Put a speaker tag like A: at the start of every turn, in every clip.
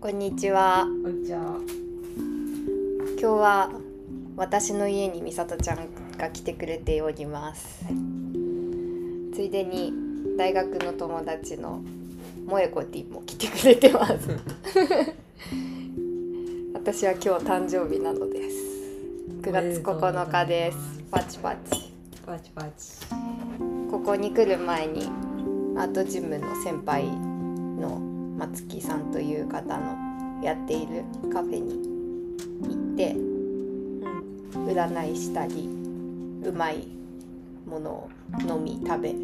A: こんにちは。
B: こんにちは。
A: 今日は私の家に美里ちゃんが来てくれております。
B: はい
A: ついでに大学の友達の萌子ティも来てくれてます。私は今日誕生日なのです。9月9日です。パチパチ。
B: パチパチ。
A: ここに来る前にアートジムの先輩の松木さんという方のやっているカフェに行って、占いしたりうまいものを飲み食べ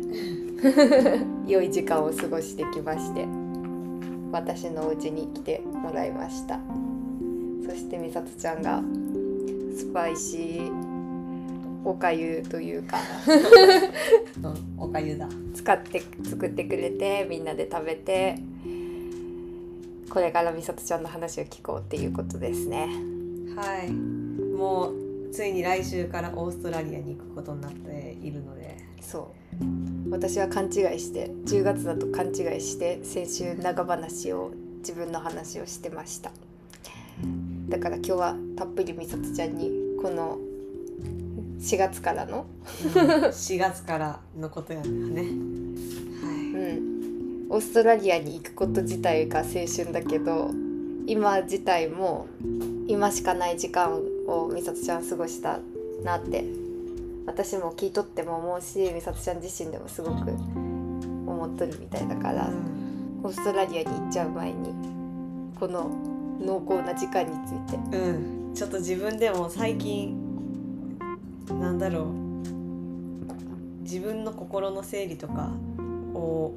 A: 良い時間を過ごしてきまして私のお家に来てもらいましたそして美里ちゃんがスパイシーおかゆというか
B: うんおかゆだ。
A: 使って作ってくれてみんなで食べてこれから美里ちゃんの話を聞こうっていうことですね
B: はい。もうついに来週からオーストラリアに行くことになっているの で。
A: そう私は勘違いして10月だと勘違いして先週長話を自分の話をしてましただから今日はたっぷり美里ちゃんにこの4月からの
B: 4月からのことやからね。
A: う
B: は
A: ん、オーストラリアに行くこと自体が青春だけど今自体も今しかない時間を美里ちゃん過ごしたなって私も聞いとっても思うし美里ちゃん自身でもすごく思っとるみたいだから、
B: い。うん
A: オーストラリアに行っちゃう前にこの濃厚な時間について
B: うん。ちょっと自分でも最近なんだろう。自分の心の整理とかを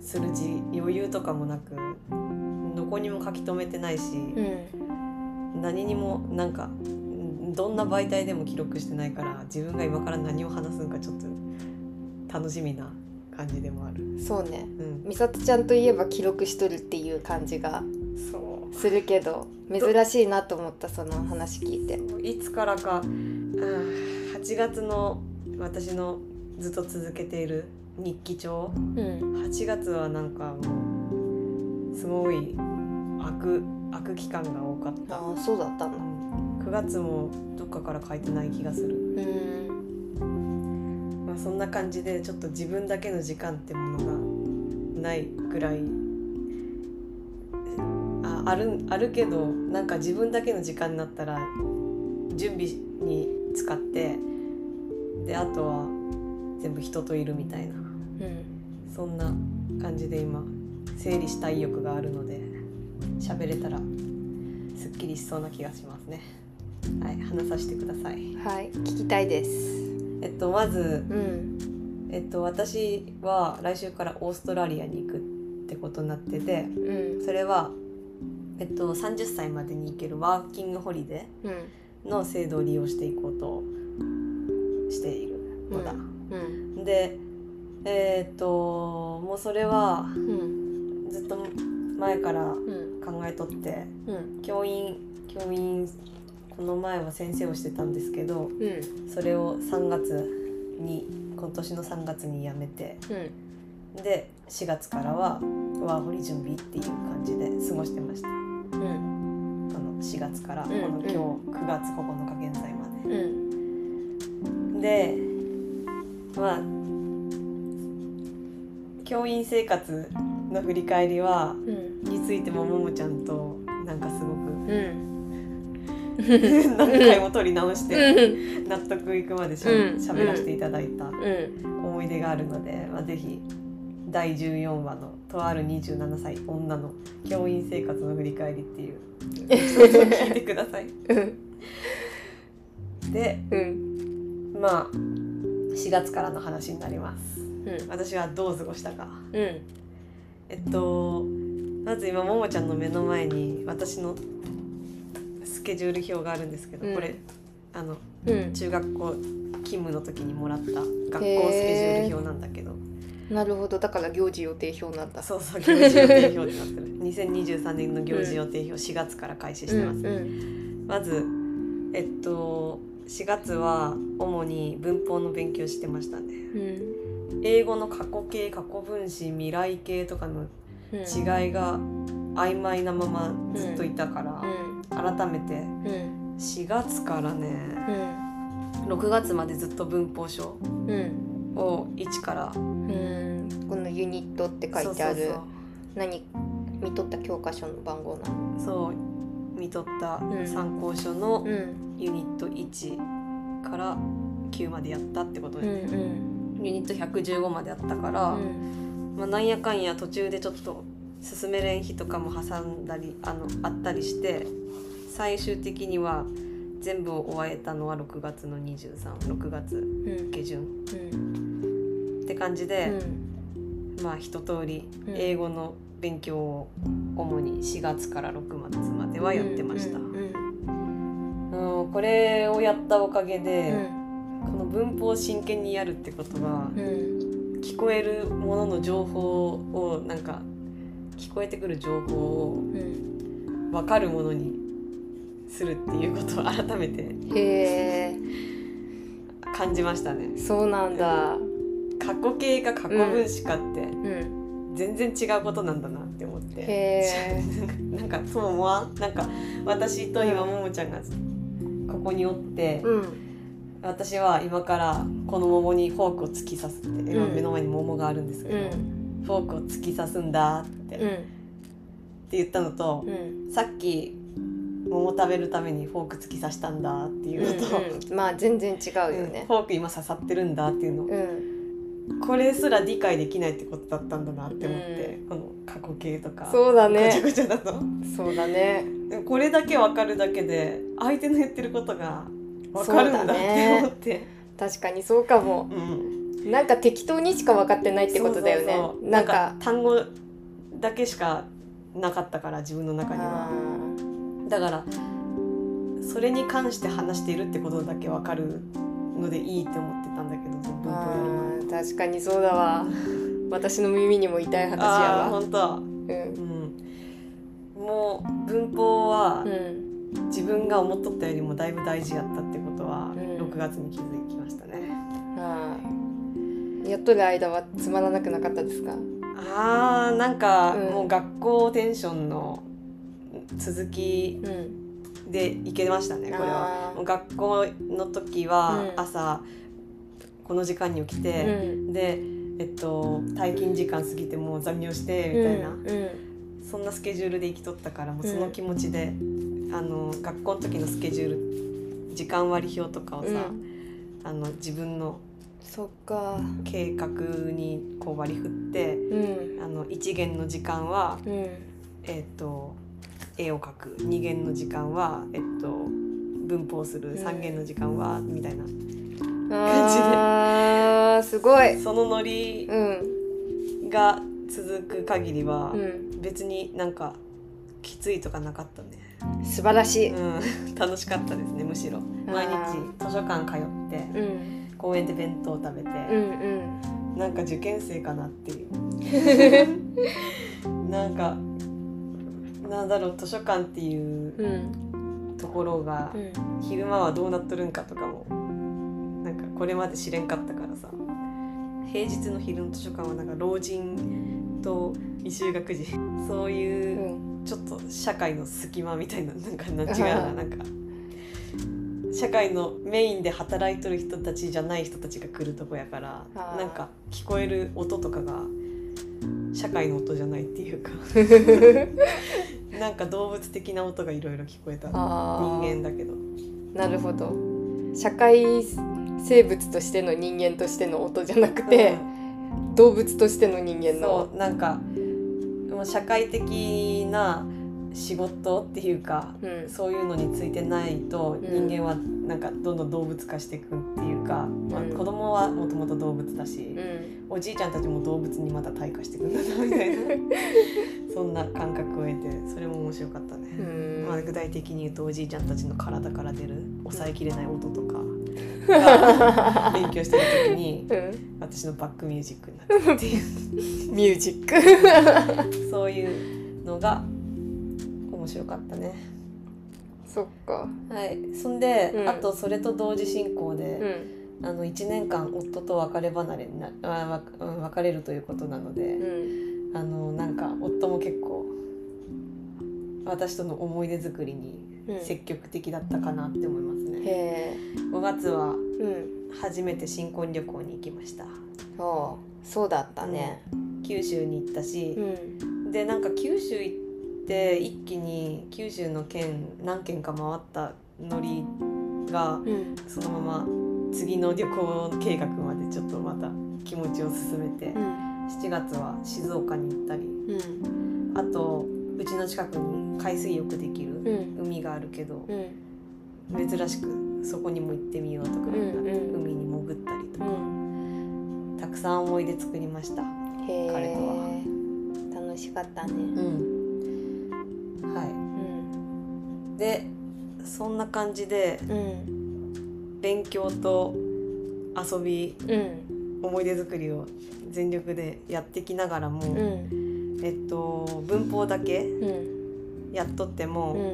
B: するじ余裕とかもなく、どこにも書き留めてないし。
A: うん
B: 何にもなんかんどんな媒体でも記録してないから自分が今から何を話すんかちょっと楽しみな感じでもある。
A: そうね
B: うん、
A: 美里ちゃんといえば記録しとるっていう感じが
B: そ
A: するけど珍しいなと思ったその話聞いて。
B: ういつからかあー8月の私のずっと続けている日記帳
A: うん
B: 8月はなんかもうすごい悪悪期間が多かった。
A: ああそうだったんだ
B: 9月もどっかから書いてない気がする。
A: うん
B: まあ、そんな感じでちょっと自分だけの時間ってものがないぐらいああるあるけどなんか自分だけの時間になったら準備に使ってであとは全部人といるみたいな
A: うん
B: そんな感じで今整理したい欲があるので喋れたらすっきりしそうな気がしますね。はい、話させてください。
A: はい聞きたいです
B: えっとまず
A: うん
B: えっと、私は来週からオーストラリアに行くってことになってて
A: うん
B: それは、えっと、30歳までに行けるワーキングホリデ
A: うん
B: ーの制度を利用していこうとしているのだ。
A: うん
B: でえーっともうそれは
A: うん
B: ずっと前から
A: うん
B: 考えとって
A: うん
B: 教員教員この前は先生をしてたんですけど
A: うん
B: それを3月に今年の3月に辞めて。
A: うん
B: で4月からはワーホリ準備っていう感じで過ごしてましたあ
A: うん
B: の4月から
A: う
B: こ
A: ん
B: の今日
A: う
B: 9月9日現在ま
A: うん
B: ででまあ教員生活の振り返りは
A: うん
B: についてもももちゃんとなんかすごく
A: うん
B: 何回も取り直して
A: うん
B: 納得いくまでしゃ
A: うん
B: 喋らせていただいた
A: うん
B: 思い出があるので、まあ、ぜひ第14話の「とある27歳女の教員生活の振り返り」っていう聞いてください。で
A: うん
B: まあ4月からの話になります。私はどう過ごしたか。
A: うん
B: えっとまず今ももちゃんの目の前に私のスケジュール表があるんですけど、
A: うん
B: これあの
A: うん
B: 中学校勤務の時にもらった学校スケジュール表なんだけど
A: なるほどだから行事予定表なんだ
B: そうそう行事予定表になってる2023年の行事予定表4月から開始してます、
A: うん
B: まずえっと4月は主に文法の勉強してましたね
A: うん
B: 英語の過去形過去分詞未来形とかの
A: うん
B: 違いが曖昧なままずっといたから、
A: うん
B: 改めて
A: うん
B: 4月からね
A: うん
B: 6月までずっと文法書
A: うん
B: を1から
A: うんこのユニットって書いてある
B: そうそう
A: 何見とった教科書の番号なの
B: そうそう見とった
A: ん
B: 参考書の
A: うん
B: ユニット1から9までやったってこと
A: うんう
B: で、
A: ん
B: ユニット115までやったから、
A: うん
B: まあ、なんやかんや途中でちょっと進めれん日とかも挟んだりあのあったりして最終的には全部を終えたのは6月の236月
A: うん
B: 下旬
A: うん
B: って感じ
A: う
B: で、
A: ん
B: まあ一通り
A: うん
B: 英語の勉強を主に4月から6月まではやってました。
A: うんうん
B: うんこれをやったおかげ
A: う
B: で、
A: ん
B: この文法を真剣にやるってことが
A: うん
B: 聞こえるものの情報をなんか聞こえてくる情報を
A: うん
B: 分かるものにするっていうことを改めて
A: へえ
B: 感じましたね
A: そうなんだ
B: 過去形か過去分詞かって
A: うん
B: 全然違うことなんだなって思っ
A: へ
B: て、
A: え
B: なんかそう思わんなんか私と今ももちゃんがここにおって、
A: うん
B: 私は今からこの桃にフォークを突き刺すって今
A: うん
B: 目の前に桃があるんですけ
A: う
B: ど、
A: ん
B: フォークを突き刺すんだって,、
A: う
B: って
A: ん
B: 言ったのと、
A: うん
B: さっき桃食べるためにフォーク突き刺したんだっていうのと、
A: うんうんまあ全然違うよね
B: フォーク今刺さってるんだっていうの、
A: うん
B: これすら理解できないってことだったんだなって思って、この過去形とか
A: そうだ
B: ごちゃ
A: ね
B: ごちゃだと
A: そうだね
B: でもこれだけ分かるだけで相手の言ってることが分かるんだ
A: そう
B: っ
A: だ
B: て
A: ね
B: 思って
A: 確かにそうかも
B: うん
A: なんか適当にしか分かってないってことだよね
B: そうそうそ
A: な
B: うなんん
A: か
B: か単語だけしかなかったから自分の中に
A: あ
B: はだからそれに関して話しているってことだけ分かるのでいいって思ってたんだけど文
A: ー
B: 法や
A: あ
B: り
A: ー確かにそうだわ私の耳にも痛い話や
B: あ
A: わ
B: あ本当
A: うん
B: うん、もう文法は
A: うん
B: 自分が思っとったよりもだいぶ大事やったってことは
A: うん
B: 6月に気づきましたね。
A: あーやっとる間はつまらなくなかったですか
B: あーなんか
A: うん
B: もう学校テンションの続き
A: うん
B: でいけましたねこれは。
A: あ
B: もう学校の時は
A: うん
B: 朝この時間に起き
A: ー
B: て、
A: うん
B: でえっと退勤時間過ぎてもう残業してみたいな。
A: うんうん
B: そんなスケジュールで生きとったからもうその気持ちで、あの学校の時のスケジュール時間割表とかをさ、
A: うん
B: あの自分の
A: そっか
B: 計画にこう割り振って
A: うん
B: あの1限の時間は、
A: うん
B: えっと絵を描く2限の時間は、えっと文法す
A: う
B: る
A: ん
B: 3限の時間は、みたいな
A: あーすごい
B: そのノリ
A: うん
B: が続く限りは、
A: うん
B: 別になんかきついとかなかったね。
A: 素晴らしい、
B: うん、 楽しかったですねむしろ毎
A: あ
B: 日
A: ー
B: 図書館通って
A: うん、
B: 公園で弁当食べて、
A: うんうん
B: なんか受験生かなって いうなんかなんだろう図書館っていう
A: うん
B: ところが、昼間はどうなっとるんかとかもなんかこれまで知れんかったからさ平日の昼の図書館はなんか老人と未就学児そう
A: う
B: いう、
A: ん
B: ちょっと社会の隙間みたいななんかな違うななんか社会のメインで働いとる人たちじゃない人たちが来るとこやから
A: あー
B: なんか聞こえる音とかが社会の音じゃないっ ていうかなんか動物的な音がいろいろ聞こえた人
A: あー
B: 間だけど
A: なるほど社会生物としての人間としての音じゃなくて、動物としての人
B: うん
A: 間の
B: そうなんかもう社会的な仕事っていうか
A: う、ん
B: そういうのについてないと
A: うん
B: 人間はなんかどんどん動物化していくっていうか、まあ
A: うん
B: 子供はもともと動物だし、
A: うん、
B: おじいちゃんたちも動物にまた退化していくんだなみたいな そんな感覚を得てそれも面白かった
A: う
B: ね、
A: ん
B: まあ、具体的に言うとおじいちゃんたちの体から出る抑えきれない音と か勉強してる時に
A: うん
B: 私のバックミュージックになってるっていう
A: ミュージック
B: そういうのが面白かったね。
A: そっか
B: はい、そんで、
A: うん
B: あとそれと同時進行で、
A: うん
B: あの1年間夫と別れ離れになあわうん別れるということなので、
A: うん
B: あのなんか夫も結構私との思い出作りに
A: うんへ
B: 積極的だったかなって思いますね、
A: え
B: 5月は
A: うん
B: 初めて新婚旅行に行きました
A: ああそうだったね
B: 九州に行ったし
A: う、ん
B: でなんか九州行って一気に九州の県何県か回ったノリが
A: うん
B: そのまま次の旅行計画までちょっとまた気持ちを進めて、
A: うん
B: 7月は静岡に行ったり
A: うん
B: あとうちの近くに海水浴できる
A: うん
B: 海があるけど
A: うん
B: 珍しくそこにも行ってみようとか思ったり
A: うんうん
B: 海に潜ったりと
A: う
B: か
A: ん
B: たくさん思い出作りました。
A: へ
B: 彼と
A: え楽しかったね
B: うん、は
A: うん
B: いでそんな感じで
A: うん
B: 勉強と遊び
A: うん
B: 思い出作りを全力でやってきながらも、
A: うん
B: えっと、文法だけ
A: うん
B: やっとって
A: う
B: も、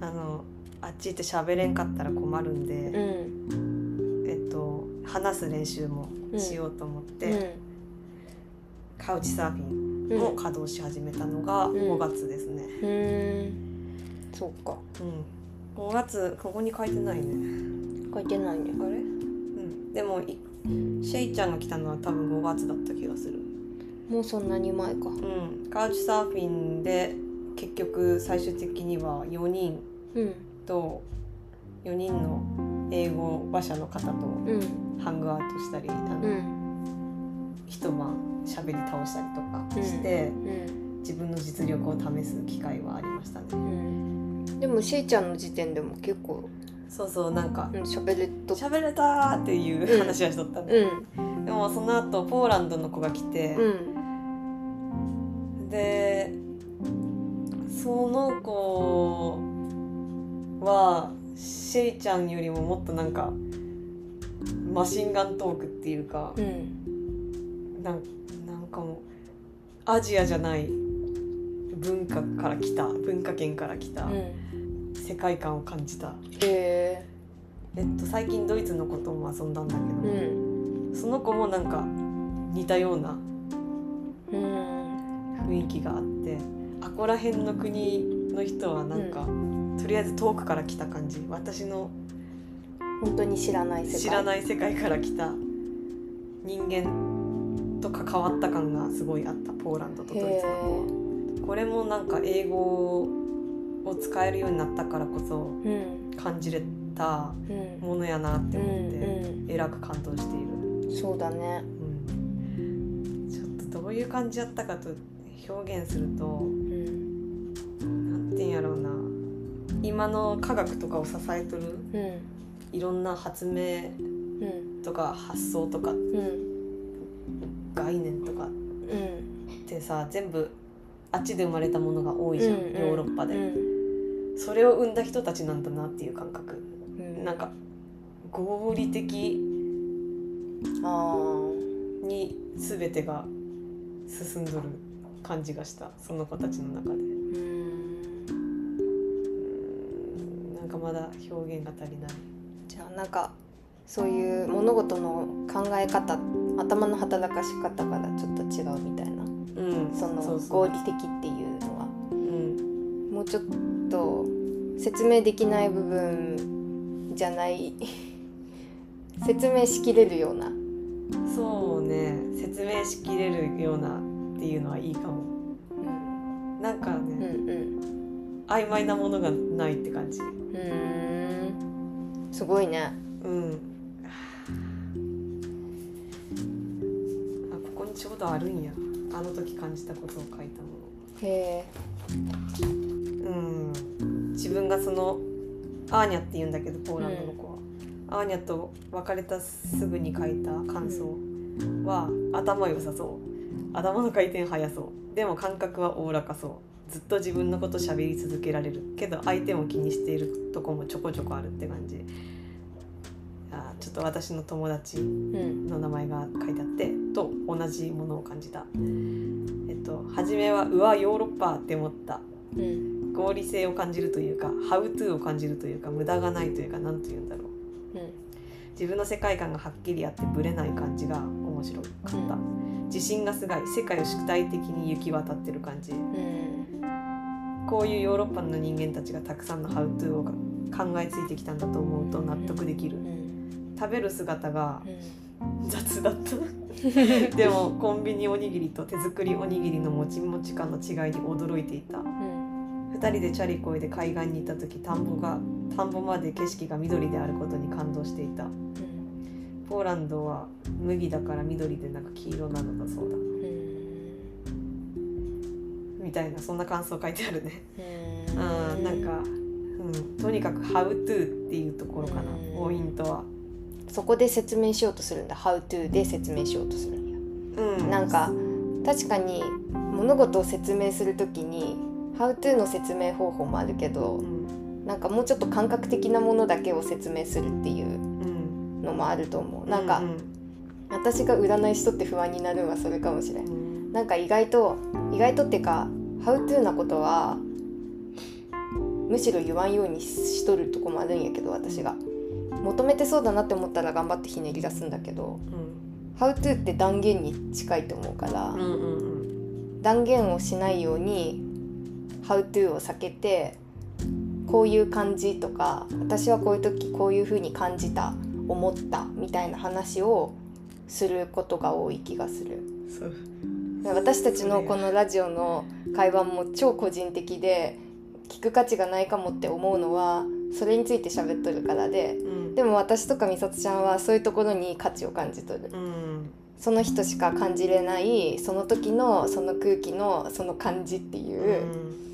A: ん
B: あのあっち行って喋れんかったら困るん
A: う
B: で、
A: ん
B: えっと、話す練習もしようと思って、カウチサーフィン
A: うん
B: も稼働し始めたのが
A: ん
B: 5月ですね。
A: うーんそうか
B: うん、5月ここに書いてないね。
A: 書いてないね
B: あれ、うん、でもいシェイちゃんが来たのは多分5月だった気がする。
A: もうそんなに前か
B: うん、カウチサーフィンで結局最終的には4人
A: うん
B: と4人の英語話者の方と
A: うん
B: ハングアウトしたり、あの
A: うん
B: 一晩しゃべり倒したりとかして、
A: うん
B: 自分の実力を試す機会はありましたね。
A: うんでもしーちゃんの時点でも結構
B: そうそうなんか
A: うん喋れと
B: 喋れたーっていう話はしとったね、
A: うん
B: でもその後ポーランドの子が来て、
A: うん
B: でその子はシェイちゃんよりももっとなんかマシンガントークっていうか、
A: うん
B: なんなんかもうアジアじゃない文化から来た文化圏から来た、
A: うん
B: 世界観を感じた、
A: へえ
B: えっと、最近ドイツのことも遊んだんだ
A: う
B: けど、
A: ん
B: その子もなんか似たような
A: うん
B: 雰囲気があってあこら辺の国の人はなんか、とりあえず遠くから来た感じ私の
A: 本当に知らない世界
B: 知ら
A: い
B: ない世界から来た人間と関わった感がすごいあったポーランドとド
A: へ
B: イツの子は
A: え
B: これもなんか英語を使えるようになったからこそ
A: うん
B: 感じれた
A: うん
B: ものやなって
A: う
B: 思って、
A: ん
B: えらく感動している、
A: うんそうだね
B: うんちょっとどういう感じやったかと表現すると
A: うん
B: なんて言うんやろうな今の科学とかを支えとる
A: うん
B: いろんな発明
A: うん
B: とか発想とか
A: うん
B: 概念とかっ
A: うん
B: てさ全部あっちで生まれたものが多いじゃん、
A: うんうん
B: ヨーロッパで、
A: うん
B: それを生んだ人たちなんだなっていう感覚
A: うん
B: なんか合理的
A: あ
B: に全てが進んどる感じがしたその子たちの中で
A: ーうん
B: うんなんかまだ表現が足りない
A: じゃあなんかそういう物事の考え方頭の働かし方からちょっと違うみたいな
B: うん
A: その
B: そうそう
A: 合理的っていうのは
B: うん
A: もうちょっと説明できない部分じゃない説明しきれるような
B: そうね説明しきれるようなっていうのはいいかも
A: うん
B: なんか
A: うんう
B: ね、
A: ん
B: 曖昧なものがないって感じ
A: うーんすごいね
B: うんあここにちょうどあるんやあの時感じたことを書いたもの
A: へ
B: うん自分がそのアーニャって言うんだけどポーランドの子は、アーニャと別れたすぐに書いた感想は、頭良さそう頭の回転速そうでも感覚はおおらかそうずっと自分のこと喋り続けられるけど相手も気にしているとこもちょこちょこあるって感じあーちょっと私の友達
A: えうん
B: の名前が書いてあってと同じものを感じたえっと初めはうわヨーロッパって思った
A: うん
B: 合理性を感じるというか「ハウトゥー」を感じるというか無駄がないというか何と言うんだろう
A: うん
B: 自分の世界観がはっきりあってぶれない感じが面白かっ
A: う
B: た、自信がすごい世界を主体的に行き渡ってる感じ
A: うん
B: こういうヨーロッパの人間たちがたくさんのハウトゥーをか考えついてきたんだと思うと納得できる
A: うん
B: 食べる姿が
A: うん
B: 雑だったでもコンビニおにぎりと手作りおにぎりのもちもち感の違いに驚いていた2人でチャリこいで海岸に行った時田んぼが田んぼまで景色が緑であることに感動していた
A: うん
B: ポーランドは麦だから緑でなく黄色なのだそうだ
A: うん
B: みたいなそんな感想書いてあるね
A: うん
B: うんなんか、うん、とにかく「How to」っていうところかな
A: うん
B: ポイントは。
A: そこで説明しようとするんだ「How to」で説明しようとするんや
B: うん、
A: なんか確かに物事を説明するときに「How to」の説明方法もあるけ
B: う
A: ど
B: ん、
A: なんかもうちょっと感覚的なものだけを説明するっていう
B: うん、
A: のもあると思うなんか、
B: う
A: 私が占いしとって不安になるのはそれかもしれん
B: うん
A: なんか意外と意外とってか「How to」なことはむしろ言わんようにしとるとこもあるんやけど私が求めてそうだなって思ったら頑張ってひねり出すんだけど
B: うん
A: 「How to」って断言に近いと思うから、
B: うんうんうん
A: 断言をしないように「How to」を避けてこういう感じとか私はこういう時こういう風に感じた思ったみたいな話をすることが多い気がする。
B: そう
A: 私たちのこのラジオの会話も超個人的で聞く価値がないかもって思うのはそれについて喋っとるからで
B: うん
A: でも私とか美里ちゃんはそういうところに価値を感じとる
B: うん
A: その人しか感じれないその時のその空気のその感じっていうう、
B: ん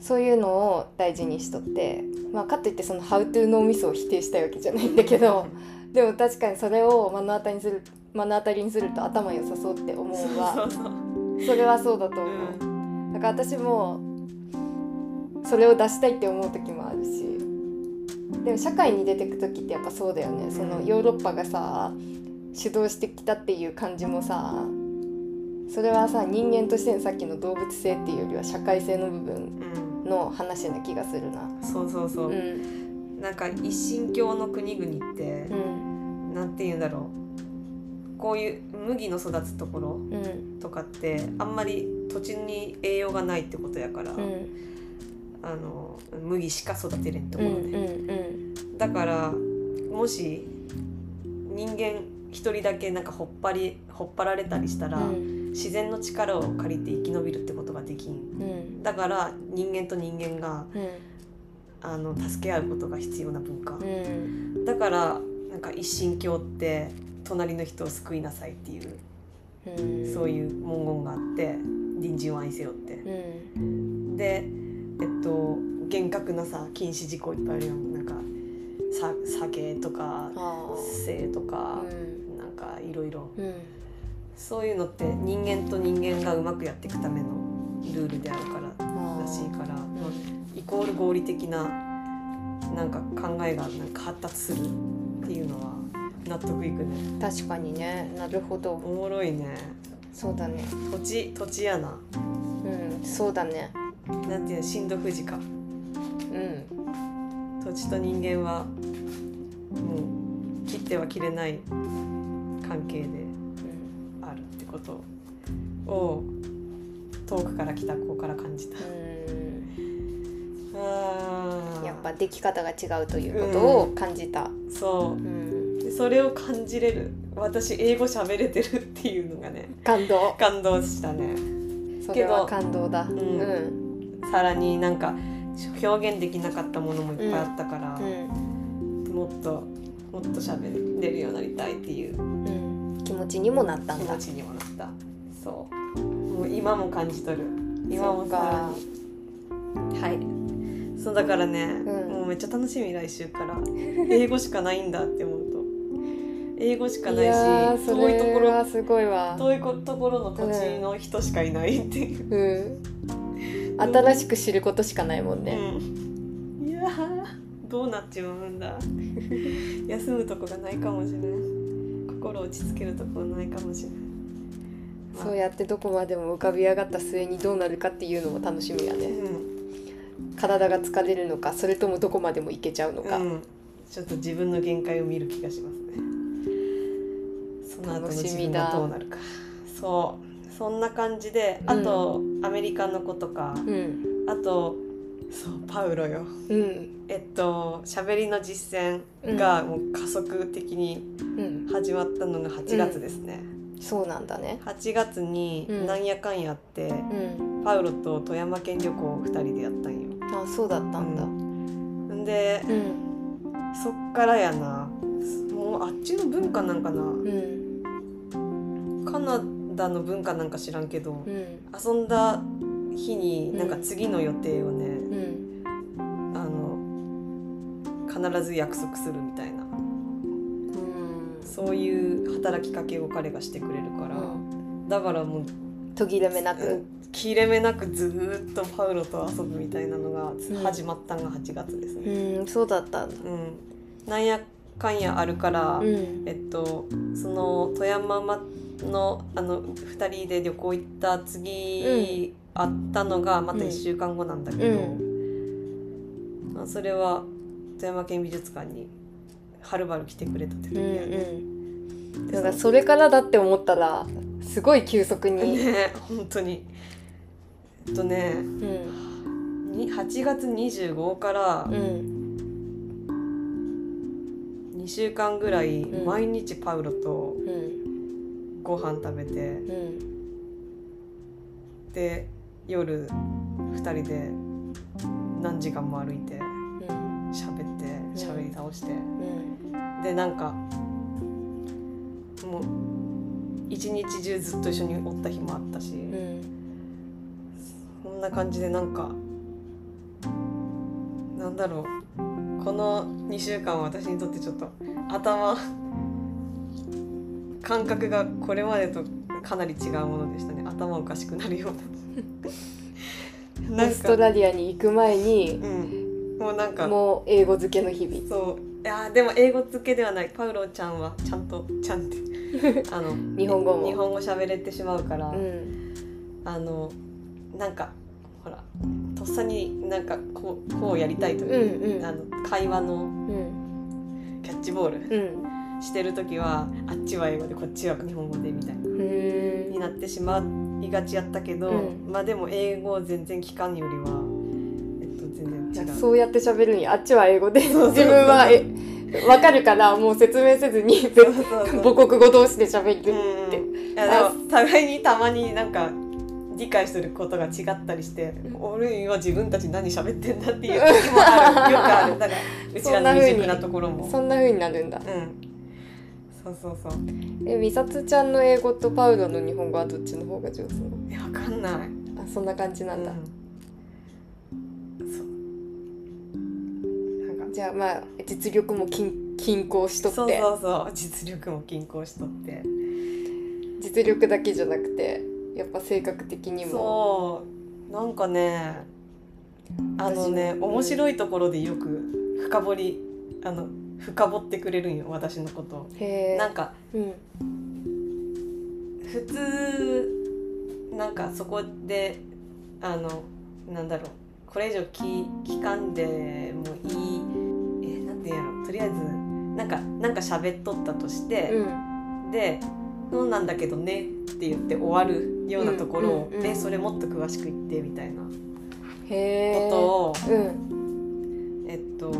A: そういうのを大事にしとって、まあ、かといってその「ハウトゥー脳みそ」を否定したいわけじゃないんだけどでも確かにそれを目の当たりにする目の当たりにすると頭良さそうって思
B: そう
A: う
B: そ
A: わ
B: うそう
A: それはそうだと
B: う
A: 思う。
B: ん
A: だから私もそれを出したいって思う時もあるしでも社会に出てく時ってやっぱそうだよねそのヨーロッパがさ主導してきたっていう感じもさそれはさ人間としてのさっきの動物性っていうよりは社会性の部分
B: うん
A: の話な気がするな。
B: そうそうそううんなんか一神教の国々って
A: うん
B: なんて言うんだろうこういう麦の育つところ
A: うん
B: とかってあんまり土地に栄養がないってことやから、
A: うん
B: あの麦しか育てれんと
A: う
B: ころね、
A: んうん
B: だからもし人間一人だけなんかほっぱりほっ張られたりしたら、
A: うん
B: 自然の力を借りて生き延びるってことができん
A: うん
B: だから人間と人間が
A: うん
B: あの助け合うことが必要な文化、
A: うん
B: だからなんか一神教って隣の人を救いなさいっていう
A: うん
B: そういう文言があって隣人を愛せよって
A: う、ん
B: でえっと厳格なさ禁止事項いっぱいあるよなんかさ酒とか
A: あ
B: 性と
A: あ
B: か
A: う、ん
B: なんかいろいろ
A: うん
B: そういうのって人間と人間がうまくやっていくためのルールであるから
A: あ
B: らしい
A: ー
B: から、
A: うん
B: まあイコール合理的ななんか考えがなんか発達するっていうのは納得いくね
A: 確かにねなるほど
B: おもろいね
A: そうだね
B: 土地土地やな
A: うんそうだね
B: なんていうの震度富士か
A: うん
B: 土地と人間はもう切っては切れない関係で
A: うん
B: あるってことを遠くから来た子から感じ
A: う
B: た。
A: ん
B: あー
A: やっぱでき方が違うということを感じた
B: そ
A: うん
B: うでそれを感じれる私英語喋れてるっていうのがね
A: 感動
B: 感動したね
A: それは
B: けど
A: 感動だうんん
B: さらになんか表現できなかったものもいっぱいあったから、
A: うん
B: もっともっと喋れるようになりたいっていう
A: うん気持ちにもなった
B: 気
A: んだ
B: 持ちにもなったそうもう今も感じとる今もさらにはいそうだからね、
A: ん
B: もうめっちゃ楽しみ来週から 英語しかないんだって思うと英語しかないし
A: やーそ
B: 遠いと
A: れ
B: ころ
A: はすごいわ
B: 遠いこところの土地の人しかいないっていう。
A: うん新しく知ることしかないもんね
B: うんいやーどうなっちまうんだ 休むとこがないかもしれない心落ち着けるとこないかもしれない
A: そうやってどこまでも浮かび上がった末にどうなるかっていうのも楽しみや
B: う
A: ね
B: ん
A: 体が疲れるのかそれともどこまでもいけちゃうのか
B: うん、ちょっと自分の限界を見る気がしますねその後の自分がどうなるかそうそんな感じであと、アメリカの子とか
A: うん
B: あとそうパウロよ
A: うん
B: えっと喋りの実践がもう加速的に
A: うん
B: 始まったのが8月ですね、
A: そうなんだね
B: 8月に
A: うん
B: なんやかんやって、
A: うん
B: パウロと富山県旅行を2人でやったんよ
A: あそうだったんだ
B: んで
A: うん
B: そっからやなもうあっちの文化なんかな、
A: うん
B: カナダの文化なんか知らんけど、
A: うん
B: 遊んだ日になんか次の予定をね、
A: うん
B: あの必ず約束するみたい
A: う
B: な
A: ん
B: そういう働きかけを彼がしてくれるから、
A: うん
B: だからもう
A: 途切れ目な
B: う
A: く
B: ん切れ目なくずーっとパウロと遊ぶみたいなのが
A: ん
B: 始まったのが8月ですね。
A: うんそうだったんだ
B: うん、なんやかんやあるから、
A: うん
B: えっと、その富山まのあの2人で旅行行った次、会ったのがまた1週間後なんだけど、まあそれは富山県美術館にはるばる来てくれたって
A: うんう
B: 時やね。
A: ん
B: で
A: なんか
B: そ
A: それからだって思ったらすごい急速
B: の
A: に
B: ね本当に。えっとね
A: うん
B: に8月25から
A: うん
B: 2週間ぐらい
A: うん
B: 毎日パウロと
A: うん
B: ご飯食べて、
A: うん
B: で夜2人で何時間も歩いて
A: うん
B: 喋って喋り倒して、
A: うん
B: でなんかもう一日中ずっと一緒におった日もあったし、
A: うん
B: こんな感じでなんかなんだろうこの2週間は私にとってちょっと頭感覚がこれまでとかなり違うものでしたね頭おかしくな るよう
A: オ
B: なな
A: ー
B: ん
A: スト
B: か、
A: ラリアに行く前に
B: うん、もうなんか
A: もう英語漬けの日々
B: そういやーでも英語付けではないパウロちゃんはちゃんとちゃんって あの
A: 日本語も
B: 日本語喋れてしまうから、
A: うん
B: あのなんかほらとっさになんかこうこうやりたいと
A: うん
B: いう、あ
A: う
B: の会話の
A: んうん
B: キャッチボー
A: う
B: ル
A: ん
B: してる時はあっちは英語でこっちは日本語でみたいな
A: うーん
B: になってしまいがちやったけど、
A: うん
B: まあでも英語を全然聞かんよりは、えっと、全然違う。
A: そうやって喋るにあっちは英語で
B: そうそう
A: 自分はえ分かるからもう説明せずに全
B: そうそうそう
A: 母国語同士で喋
B: う
A: る
B: ん
A: って
B: いやでも互いにたまになんか理解することが違ったりして、俺今自分たち何喋ってんだっていう時もあるよく あるだからうち
A: そ
B: ら
A: んな
B: の
A: 風
B: 未
A: に
B: 熟なところも
A: そんな風になるんだ
B: うんそうそうそう
A: え美里ちゃんの英語とパウロの日本語はどっちの方が上手なの
B: えわかんない
A: あそんな感じなんだ、
B: うんそうなんか
A: じゃあまあ実力も均均衡しとって
B: そうそうそう実力も均衡しとって
A: 実力だけじゃなくてやっぱ性格的にも
B: そうなんかねあのね
A: 私も
B: 面白いところでよく深掘りあの深掘ってくれるんよ私のことを
A: へえ
B: なんか
A: うん
B: 普通なんかそこであのなんだろうこれ以上聞聞かんでもいいえなんて言うんやろとりあえずなんかなんか喋っとったとして、
A: うん
B: で「そうなんだけどね」って言って終わるようなところを
A: うん
B: 「
A: うんうん
B: えそれもっと詳しく言って」みたいな
A: へ
B: こ
A: え
B: とを、
A: うん
B: えっと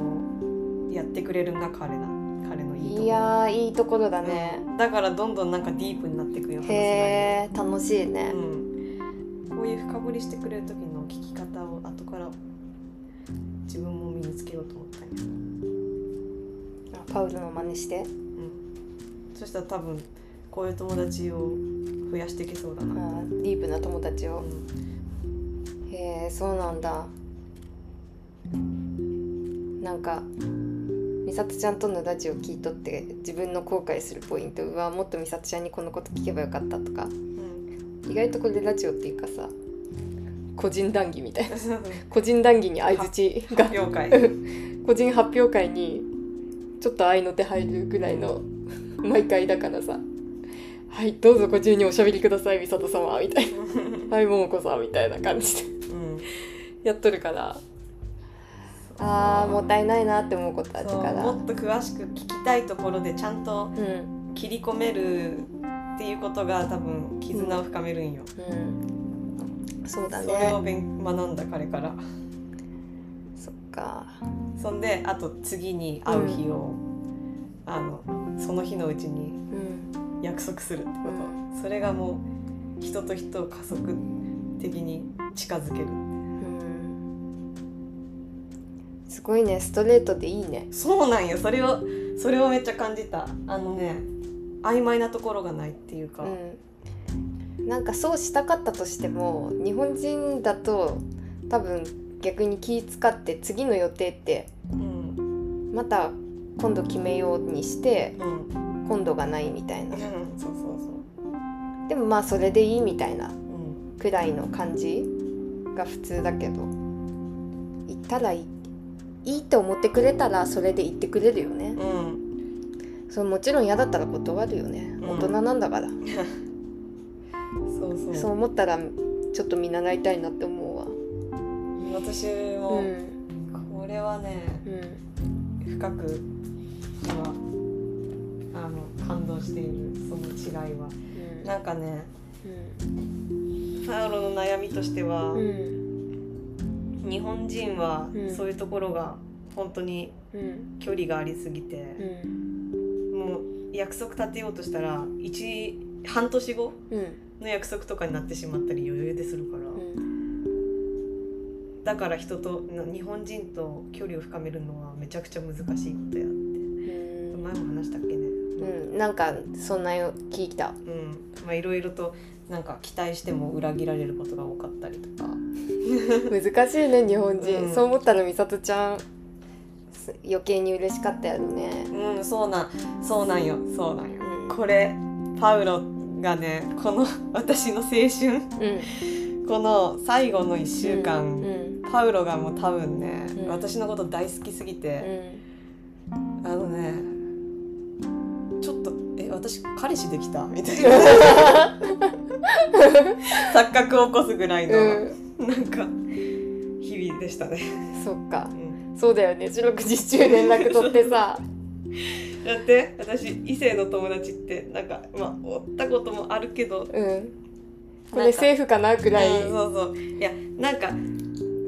B: やってくれるんが彼だ彼のいいところ
A: いやーいいところだね、
B: だからどんどんなんかディープになっていくよ話が
A: へえ楽しいね、
B: うん、こういう深掘りしてくれる時の聞き方を後から自分も身につけようと思ったんや、
A: あパウロの真似して
B: うん、そしたら多分こういう友達を増やしていけそうだ
A: あ
B: な、
A: ーディープな友達を
B: うん
A: へえそうなんだなんか美里ちゃんとのラジオ聞いとって自分の後悔するポイントはもっと美里ちゃんにこのこと聞けばよかったとか
B: うん、
A: 意外とこれラジオっていうかさ個人談義みたいな
B: 発
A: 個人談義に相づちが
B: 表会
A: 個人発表会にちょっと愛の手入るぐらいの毎回だからさ「はいどうぞご自由におしゃべりください美里様」みたいな「はい桃子さん」みたいな感じで
B: うん
A: やっとるからあーもったいないなって思うことある
B: そう
A: から
B: もっと詳しく聞きたいところでちゃんと
A: うん
B: 切り込めるっていうことが多分絆を深めるんよ、
A: うんそうだ
B: それを
A: ね
B: 勉学んだ彼から
A: そっか
B: そんであと次に会う日を、あのその日のうちに
A: うん
B: 約束するってこと、
A: う
B: それがもう人と人を加速的に近づける
A: うんすごいねストレートでいいね
B: そうなんよそれをそれをめっちゃ感じたあのね曖昧なところがないっていうか、
A: うんなんかそうしたかったとしても日本人だと多分逆に気使って次の予定って
B: うん
A: また今度決めようにして
B: うんうん
A: 今度がないみたいな
B: そうそう
A: でもまあそれでいいみたいな
B: そう、うん、
A: くらいの感じが普通だけど行ったらいいいいと思ってくれたらそれで行ってくれるよね
B: うん、
A: それもちろん嫌だったら断るよね
B: ん
A: 大人なんだから、
B: そうそう
A: そう思ったらちょっと見習いたいなって思うわ
B: 私
A: う
B: も
A: ん
B: これはね
A: うん
B: 深くはあの感動しているその違いはなんかねパウロの悩みとしては、
A: うんうん
B: 日本人は
A: うん
B: そういうところが本当に
A: うん
B: 距離がありすぎて、
A: うん
B: もう約束立てようとしたら一半年後
A: うん
B: の約束とかになってしまったり余裕でするから、
A: うん
B: だから人とな日本人と距離を深めるのはめちゃくちゃ難しいことやって前も話したっけね。
A: うんなんかそんなよ聞いた
B: うんまあいろいろとなんか期待しても裏切られることが多かったりとか
A: 難しいね日本人、
B: うん
A: そう思ったら美里ちゃんす余計に嬉しかったやろね
B: うんそうなんそうなんよそうなんよ
A: うん
B: これパウロがねこの 私の青春
A: うん
B: この最後の1週間、
A: うんうん
B: パウロがもう多分ね、
A: うん
B: 私のこと大好きすぎて、あのねちょっとえ私彼氏できたみたいな 錯覚を起こすぐらいの、
A: うん
B: なんか日々でしたね。
A: そっか
B: うん
A: そうだよね四六時中連絡取って さ
B: だって私異性の友達ってなんかまあおったこともあるけど
A: うんこ
B: なん
A: れ
B: か
A: セーフかなくらい
B: うんそうそういやなんか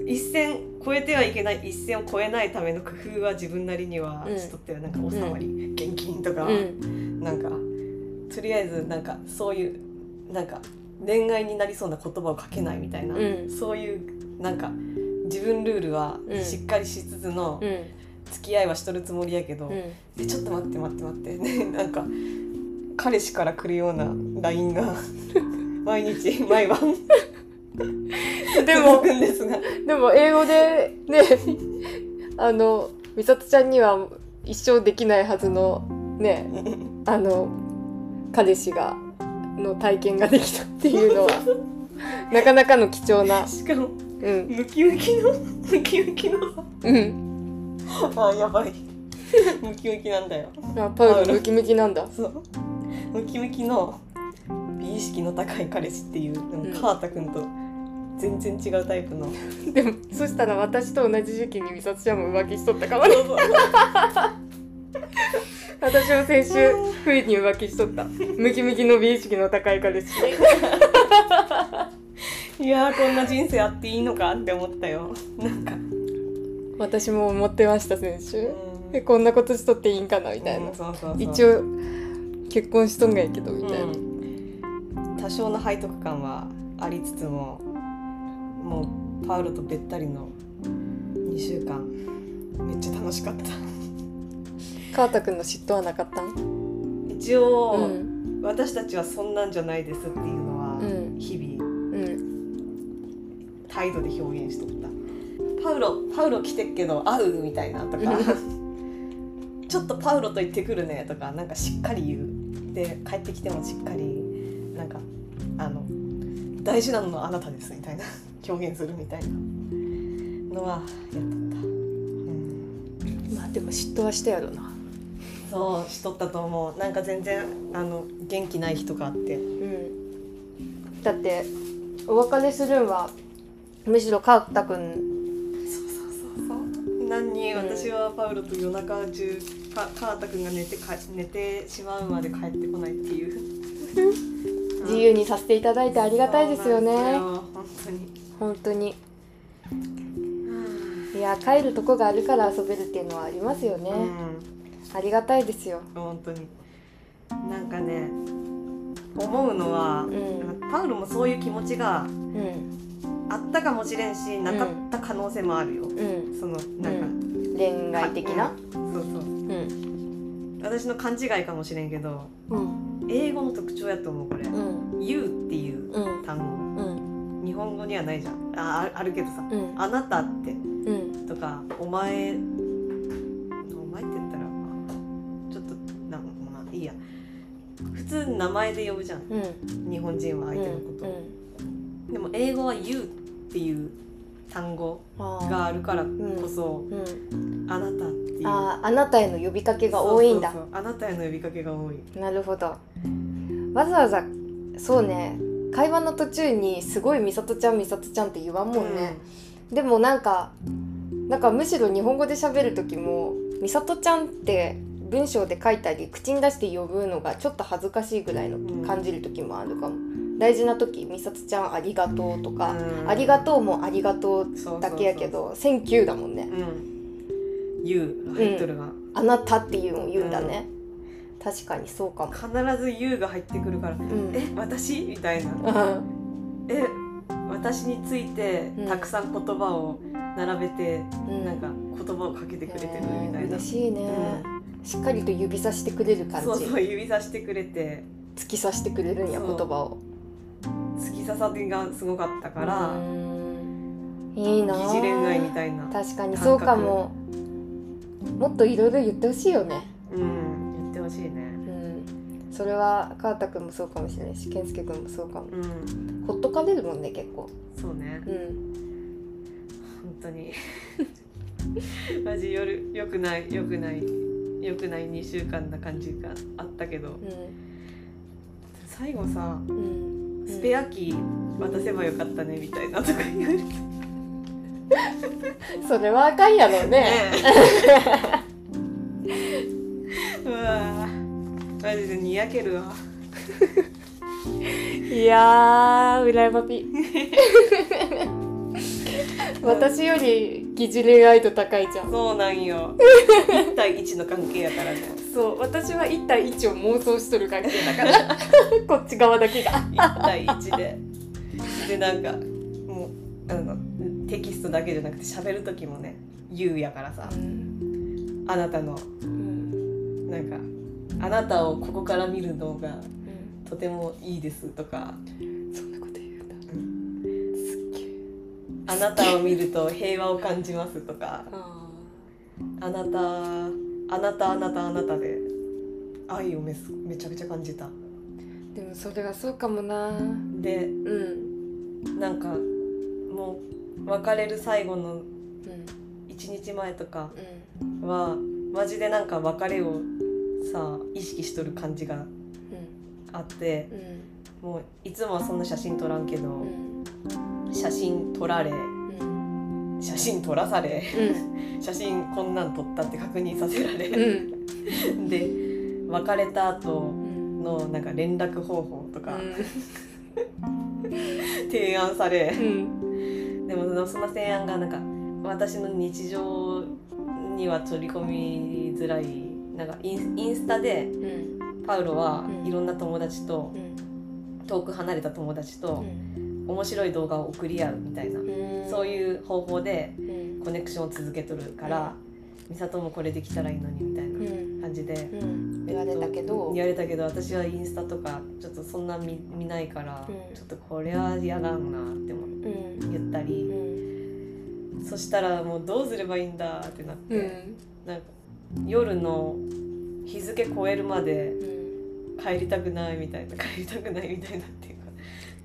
B: 一線超えてはいけない一線を超えないための工夫は自分なりには
A: うん
B: しとってなんかおさまり、現金とか、
A: うん
B: なんかとりあえずなんかそういうなんか恋愛になりそうな言葉をかけないみたいな、
A: うん
B: そういうなんか自分ルールは
A: うん
B: しっかりしつつの
A: うん
B: 付き合いはしとるつもりやけど、
A: うん
B: えちょっと待って待って待って、 ね、なんか彼氏から来るような LINE が 毎 日毎晩
A: で
B: 続
A: も
B: くんですが
A: でも英語でねあの美里ちゃんには一生できないはずのねあの彼氏がの体験ができたっていう のはなかなかの貴重な
B: しかも
A: うん
B: ムキムキのムキムキの
A: うん
B: あやばい ムキムキなんだよ
A: あパウロムキムキなんだ
B: そうムキムキの美意識の高い彼氏っていうでも
A: うん
B: カータ君と全然違うタイプの
A: でもそしたら私と同じ時期に美里ちゃんも浮気しとったかもね私は先週冬に浮気しとったムキムキの美意識の高い彼氏
B: いやーこんな人生あっていいのかって思ったよなんか
A: 私も思ってました先週
B: うん
A: えこんなことしとっていいんかなみたいな
B: うんそうそうそう
A: 一応結婚しとんがやけどみたいな、
B: うん多少の背徳感はありつつももうパウロとべったりの2週間めっちゃ楽しかった
A: カータ君の嫉妬はなかったん
B: 一
A: う
B: 応、
A: ん
B: 私たちはそんなんじゃないですっていうのは、
A: うん
B: 日々
A: うん
B: 態度で表現しとったパウロパウロ来てっけど会うみたいなとかちょっとパウロと行ってくるねとかなんかしっかり言うで帰ってきてもしっかりなんかあの大事なのはあなたですみたいな表現するみたいなのはやっとった、うん、
A: まあでも嫉妬はしたやろな
B: そうしとったと思うなんか全然あの元気ない日とかあって
A: うんだってお別れするんはむしろカータ君
B: そうそうそうそう何に私はパウロと夜中中かカータ君が寝てか寝てしまうまで帰ってこないっていう
A: 自由にさせていただいてありがたいですよね
B: そうなんですよ本当に
A: 本当にいや帰るとこがあるから遊べるっていうのはありますよね、
B: うん
A: ありがたいですよ
B: 本当になんかね思うのは、
A: ん
B: なんかパウルもそういう気持ちが
A: うん
B: あったかもしれんしなかった可能性もあるよ、
A: うん
B: そのなんか、
A: 恋愛的な
B: そうそう
A: うん
B: 私の勘違いかもしれんけど
A: うん
B: 英語の特徴やと思うこれ
A: うん
B: 「you」っていう
A: うん
B: 単語
A: うん
B: 日本語にはないじゃんあああるけどさ
A: うん
B: 「あなた」って
A: うん
B: とか「お前」お前って言ったらちょっとなんかまあいいや普通名前で呼ぶじゃん
A: うん
B: 日本人は相手のことを、でも英語は「you」っていう単語があるからこそ
A: うん
B: 「あなた」っていう
A: あーあなたへの呼びかけが多いんだ
B: そうそうそうあなたへの呼びかけが多い
A: なるほどわざわざそうね会話の途中にすごい「みさとちゃんみさとちゃん」って言わんもんね、でもなんかなんかむしろ日本語で喋る時も「みさとちゃん」って文章で書いたり口に出して呼ぶのがちょっと恥ずかしいぐらいの
B: うん
A: 感じる時もあるかも、大事な時「みさとちゃんありがとう」とか「あり
B: が
A: がとう」も「ありがとう」だけやけど「センキュー」だもんね
B: 「うん、you」入っとるが、
A: 「あなた」っていうのを言うんだね、確かにそうかも、
B: 必ず「you」が入ってくるから
A: う
B: 「
A: ん、
B: え私?」みたいな「え私について
A: うん
B: たくさん言葉を並べて、
A: うん
B: なんか言葉をかけてくれてるみた
A: えー
B: いな、
A: 嬉しいね、しっかりと指さしてくれる感じ
B: そうそう指さしてくれて
A: 突き刺してくれるんや
B: そ
A: 言
B: う
A: 葉を
B: 突き刺さりがすごかったか
A: う
B: ら
A: んいいな
B: 疑似恋愛みたいな、
A: 確かにそうかももっといろいろ言ってほしいよね、
B: うん、言ってほしいね。
A: うん、それは川田君もそうかもしれないし健介君もそうかも
B: うん
A: ほっとかれるもんね結構
B: そうね
A: うん
B: 本当に マジ夜よくないよくないよくない2週間な感じがあったけど
A: うん
B: 最後さ
A: うん
B: 「スペアキー渡せばよかったね」みたいなとか言われてね
A: それはあかんやろうね
B: え うわーマジでにやけるわ
A: いやー羨ましい私より疑似恋愛度高いじゃん
B: そうなんよ1対1の関係やからね
A: そう私は1対1を妄想しとる関係だから こっち側だけが
B: 1対1ででなんかもうあのテキストだけじゃなくて喋る時もね「言うやからさあなたのなんか「あなたをここから見るのがとてもいいです」とか
A: そんなこと言うんだ
B: 「あなたを見ると平和を感じます」とか
A: あ
B: 「あなたあなたあなたあなた」で愛をめすめちゃくちゃ感じた。
A: ーでもそれがそうかもなうん
B: で
A: うん
B: なんかもう別れる最後の1日前とか
A: う
B: はマジでなんか別れをさ意識しとる感じが
A: ん
B: あって
A: うん
B: もういつもはそんな写真撮らんけど、
A: うん
B: 写真撮られ
A: うん
B: 写真撮らされ
A: うん
B: 写真こんなん撮ったって確認させら
A: う
B: れ、
A: ん
B: で別れた後
A: うん
B: のなんか連絡方法と
A: う
B: か
A: ん
B: 提案され
A: う、ん
B: でもそのその提案がなんか私の日常には取り込みづらいなんかインインスタで
A: うん
B: パウロは
A: うん
B: いろんな友達と
A: うん
B: 遠く離れた友達と
A: う
B: 面白い動画を送り合うみたいな、
A: ん
B: そう
A: い
B: いう方法で
A: うん
B: コネクションを続けとるから、美里もこれできたらいいのにみたいな
A: うん
B: 感じで。
A: うん言われたけど
B: 言われたけど私はインスタとかちょっとそんな見見ないから、
A: うん
B: ちょっとこれは嫌だなって思って
A: うん
B: 言った
A: う
B: り、
A: ん
B: そしたらもうどうすればいいんだってなっ
A: う
B: て、
A: ん
B: なんか夜の日付超えるまで
A: うん
B: 帰りたくないみたいな帰りたくないみたいなっていうか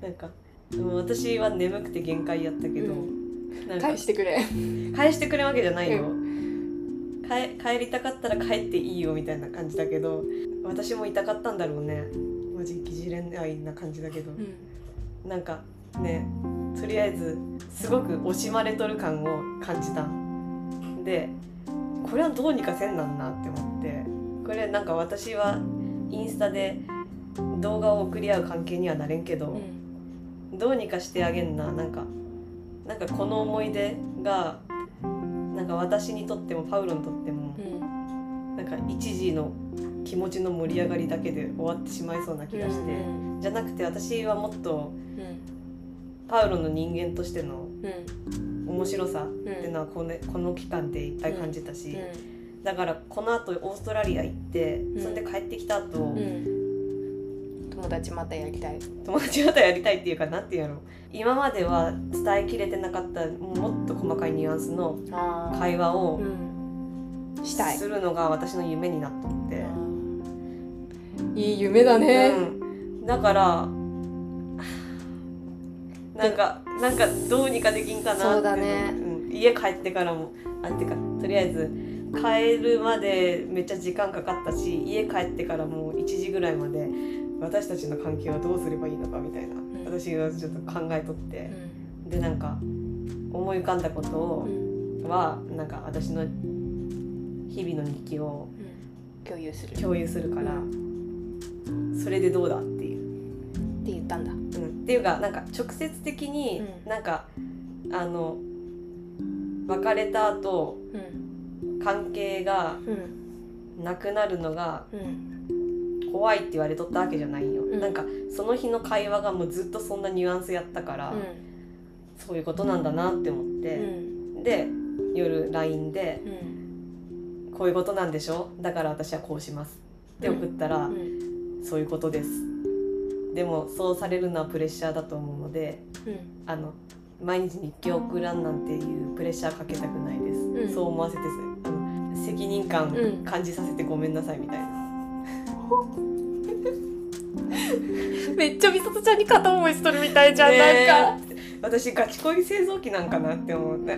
B: なんかもう私は眠くて限界やったけど、
A: う
B: なんか
A: 返してくれ
B: 返してくれるわけじゃないよ、帰帰りたかったら帰っていいよみたいな感じだけど私も痛かったんだろうねマジ疑似恋愛な感じだけど、なんかねとりあえずすごく惜しまれとる感を感じたでこれはどうにかせんなんなって思ってこれなんか私はインスタで動画を送り合う関係にはなれんけど、
A: うん
B: どうにかしてあげんななんかなんかこの思い出がなんか私にとってもパウロにとっても
A: うん
B: なんか一時の気持ちの盛り上がりだけで終わってしまいそうな気がして、
A: うん
B: じゃなくて私はもっと
A: うん
B: パウロの人間としての
A: うん
B: 面白さっていうのはこの,、この期間でいっぱい感じたし、だからこのあとオーストラリア行って、
A: ん
B: それで帰ってきた後、
A: うんうん友達またやりたい
B: 友達またやりたいっていうかなんていうの今までは伝えきれてなかったもっと細かいニュアンスの
A: あー
B: 会話を
A: うんしたい
B: するのが私の夢になっとって、
A: いい夢だね、
B: うん、だからはあなんかなんかどうにかできんかなって
A: そうだね
B: うん家帰ってからもあてかとりあえず帰るまでめっちゃ時間かかったし家帰ってからもう1時ぐらいまで私たちの関係はどうすればいいのかみたいな、
A: ん
B: 私がちょっと考えとって。
A: うん
B: でなんか思い浮かんだこと
A: う
B: を
A: ん
B: はなんか私の日々の日記を
A: うん共有するっ
B: 共有するからそれでどうだっていう、
A: て言ったんだ
B: うん、っていうかなんか直接的に
A: うん
B: なんか、あの別れた後
A: うん
B: 関係が
A: うん
B: なくなるのが
A: うん
B: 怖いって言われとったわけじゃないよ、
A: ん
B: なんかその日の会話がもうずっとそんなニュアンスやったから、
A: うん
B: そういうことなんだなって思っ
A: う
B: て、
A: ん
B: で夜 LINE で
A: うんうん
B: こういうことなんでしょだから私はこうしますって送ったら、
A: うん
B: そういうことですでもそうされるのはプレッシャーだと思うのであの毎日日記を送らんなんていうプレッシャーかけたくないです、
A: ん
B: そう思わせてすあの責任感
A: うん
B: 感じさせてごめんなさいみたいな、
A: うんめっちゃみさとちゃんに片思いしとるみたいじゃん、
B: ねえ
A: なんか
B: 私ガチ恋製造機なんかなって思うね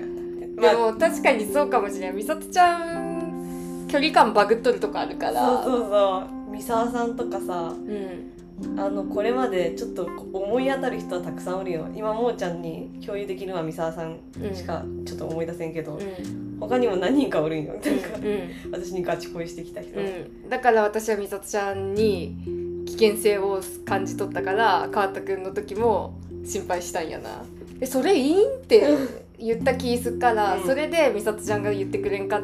B: ま
A: で
B: あ
A: も確かにそうかもしれない。みさとちゃん距離感バグっとるとこあるから。
B: そうそうそう三沢さんとかさ
A: うん。
B: あのこれまでちょっと思い当たる人はたくさんおるよ今もーちゃんに共有できるのは三沢さんしかちょっと思い出せんけど、
A: うん。
B: 他にも何人かおるんよなんか
A: う
B: 私にガチ恋してきた人、
A: ん。うん。だから私はみさとちゃんに危険性を感じ取ったから、川田くんの時も心配したんやな。え、それいいんって言った気すっから、
B: うん
A: それでみさとちゃんが言ってくれんかっ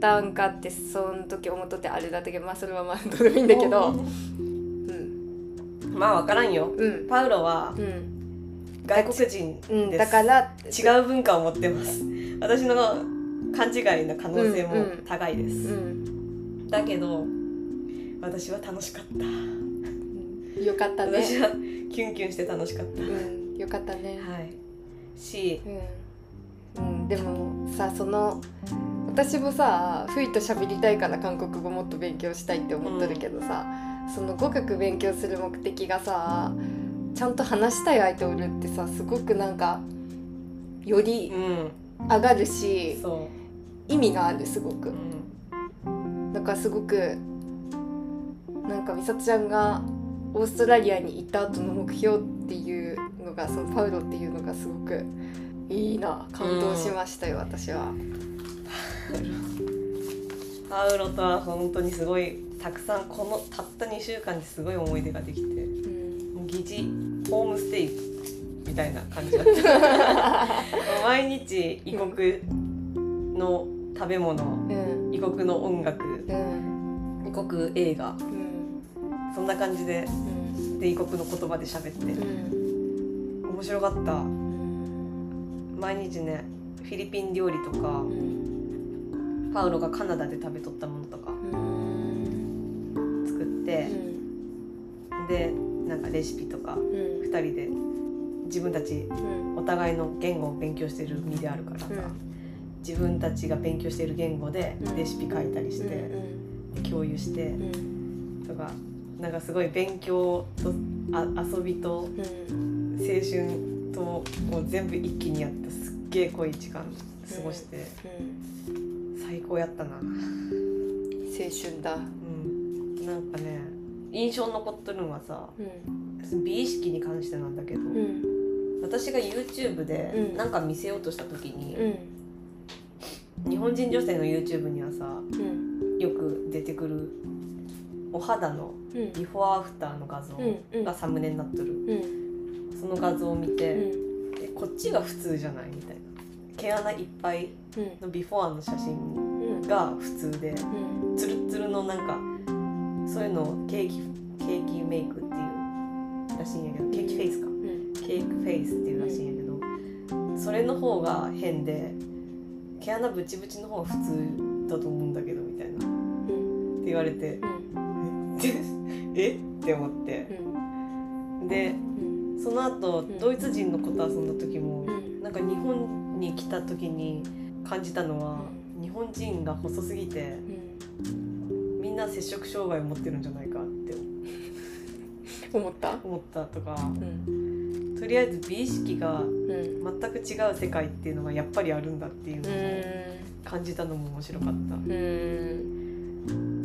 A: たんかって、その時思っとってあれだったけど、まあそれはまあどうでもいいんだけど。うん。
B: まあ分からんよ
A: うん。
B: パウロは
A: うん。
B: 外国人です、
A: うん、だから
B: 違う文化を持ってます私の勘違いの可能性も
A: うんうん
B: 高いです、
A: うん、
B: だけど私は楽しかった、
A: よかった
B: 私
A: ね、
B: はキュンキュンして楽しかった、
A: うん、よかったね、
B: はいし
A: うんうん、でもさその私もさふいと喋りたいから韓国語もっと勉強したいって思ってるけどさ、その語学勉強する目的がさちゃんと話したい相手おるってさすごくなんかより
B: うん
A: 上がるし
B: そ
A: 意味があるすご
B: う、う
A: く
B: ん、
A: だからすごくなんか美里ちゃんがオーストラリアに行った後の目標っていうのがそのパウロっていうのがすごくいいな感動しましたよ、私は。
B: パウロとは本当にすごいたくさんこのたった2週間にすごい思い出ができて
A: うん
B: 疑似ホームステイみたいな感じだった 毎日異国の食べ物
A: うん
B: 異国の音楽
A: うん
B: 異国映画
A: うん
B: そんな感じで
A: うん
B: で異国の言葉で喋って面白かった毎日ねフィリピン料理とか
A: うん
B: パウロがカナダで食べとったものとか作ってでなんかレシピとか2人で自分たちお互いの言語を勉強してる身であるからさ、
A: うん
B: 自分たちが勉強している言語で
A: うん
B: レシピ書いたりして、で共有して
A: うん
B: とかなんかすごい勉強とあ遊びと
A: うん
B: 青春とを全部一気にやってすっげえ濃い時間過ごして
A: うん
B: 最高やったな、う
A: 青春だ。
B: ん、なんかね印象に残っとるのはさ
A: うん
B: 美意識に関してなんだけど、
A: うん
B: 私が YouTube で
A: うん
B: なんか見せようとした時に
A: う、ん
B: 日本人女性の YouTube にはさ
A: うん
B: よく出てくるお肌の
A: うん
B: ビフォーアフターの画像
A: うんうん
B: がサムネになっとる、
A: うん
B: その画像を見て、
A: う
B: えこっちが普通じゃないみたいな毛穴いっぱい
A: うん
B: のビフォーの写真
A: うん
B: が普通で
A: うん
B: ツルッツルのなんかそういうのをケーキケーキメイクっていうらしいんやけどケーキフェイスか
A: うん
B: ケーキフェイスっていうらしいんやけど、それの方が変で毛穴ブチブチの方が普通だと思うんだけどみたいなって
A: うん
B: 言われてえ えって思ってで
A: うん
B: その後
A: ん
B: ドイツ人の子と遊んだ時も
A: うん
B: なんか日本に来た時に感じたのは日本人が細すぎて
A: うん
B: みんな摂食障害持ってるんじゃないかって
A: 思った
B: 思ったとか
A: うん
B: とりあえず美意識が
A: うん
B: 全く違う世界っていうのがやっぱりあるんだっていう
A: う
B: のを
A: ん
B: 感じたのも面白かった。
A: うん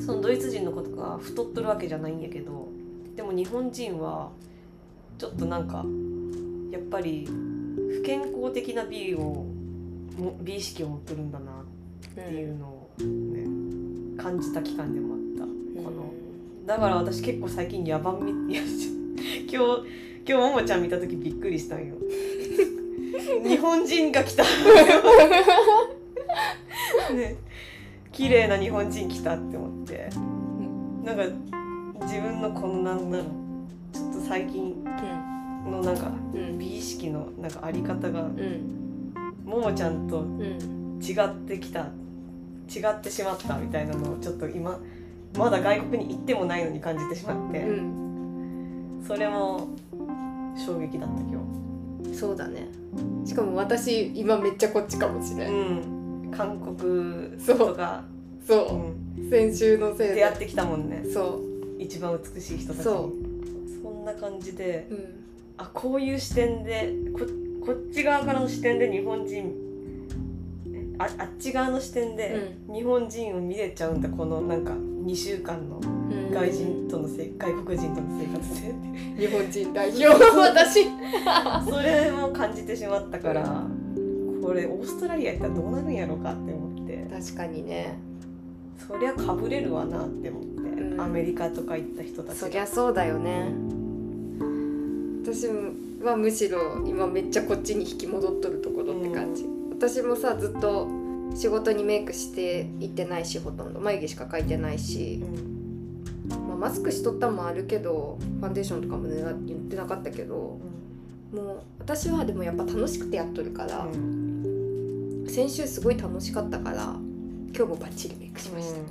B: そのドイツ人の子とか太ってるわけじゃないんやけどでも日本人はちょっとなんかやっぱり不健康的な美をも美意識を持ってるんだなっていうのを、ね、感じた期間でもあったこのだから私結構最近野蛮み いや今日今日ももちゃん見た時びっくりしたんよ日本人が来た ね綺麗な日本人来たって思ってなんか自分のこのなんだろうちょっと最近のなんか
A: うん
B: 美意識のなんかあり方が
A: うん
B: ももちゃんと
A: うん
B: 違ってきた違ってしまったみたいなのをちょっと今まだ外国に行ってもないのに感じてしまって、
A: うん
B: それも衝撃だった今
A: そうだねしかも私今めっちゃこっちかもしれ
B: 日、
A: ない
B: うん、韓国とか、う
A: そ
B: ん、
A: う先週のせい
B: 出会っ
A: で
B: てきたもんね
A: そ
B: 一番美しい人たちに
A: そ
B: そんな感じで
A: ううん
B: あこういう視点でここっち側からの視点で日本人ああっち側の視点で日本人を見れちゃうんだこのなんか2週間の
A: うん
B: 外人とのせ、外国人との生活
A: 日
B: で
A: 本人代表私
B: それも感じてしまったからこれオーストラリア行ったらどうなるんやろうかって思って
A: 確かにね
B: そりゃかぶれるわなって思っ
A: う
B: て、
A: ん
B: アメリカとか行った人たち
A: そ
B: が
A: りゃそうだよね私はむしろ今めっちゃこっちに引き戻っとるところって感じ、私もさずっと仕事にメイクしていってないしほとんど眉毛しか描いてないし
B: う、ん
A: まあ、マスクしとったんもあるけどファンデーションとかも塗ら塗ってなかったけどもう私はでもやっぱ楽しくてやっとるから、
B: うん
A: 先週すごい楽しかったから今日もバッチリメイクしました、
B: うん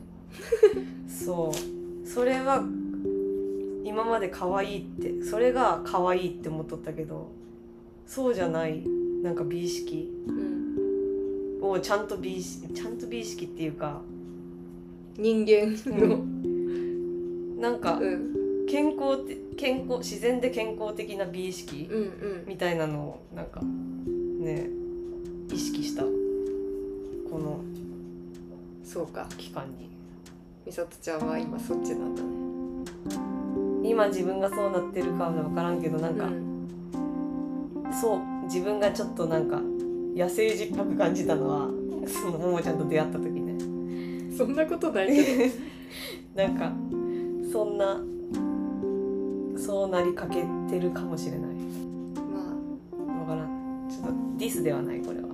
B: そうそれは今まで可愛いってそれが可愛いって思っとったけどそうじゃないなんか美意識
A: うん
B: をちゃんと美意識ちゃんと美意識っていうか
A: 人間の、
B: なんか
A: うん、
B: 健康って健康自然で健康的な美意識
A: うん
B: みたいなのをなんかね意識したこの
A: うんそうか
B: 期間に
A: 美里ちゃんは今そっちなんだね
B: 今自分がそうなってるかは分からんけどなんか、
A: うん
B: そう自分がちょっとなんか野生児っぽく感じたのはそのももちゃんと出会った時ね
A: そんなことないけど
B: なんかそんなそうなりかけてるかもしれない
A: ま
B: 分からんちょっとディスではないこれは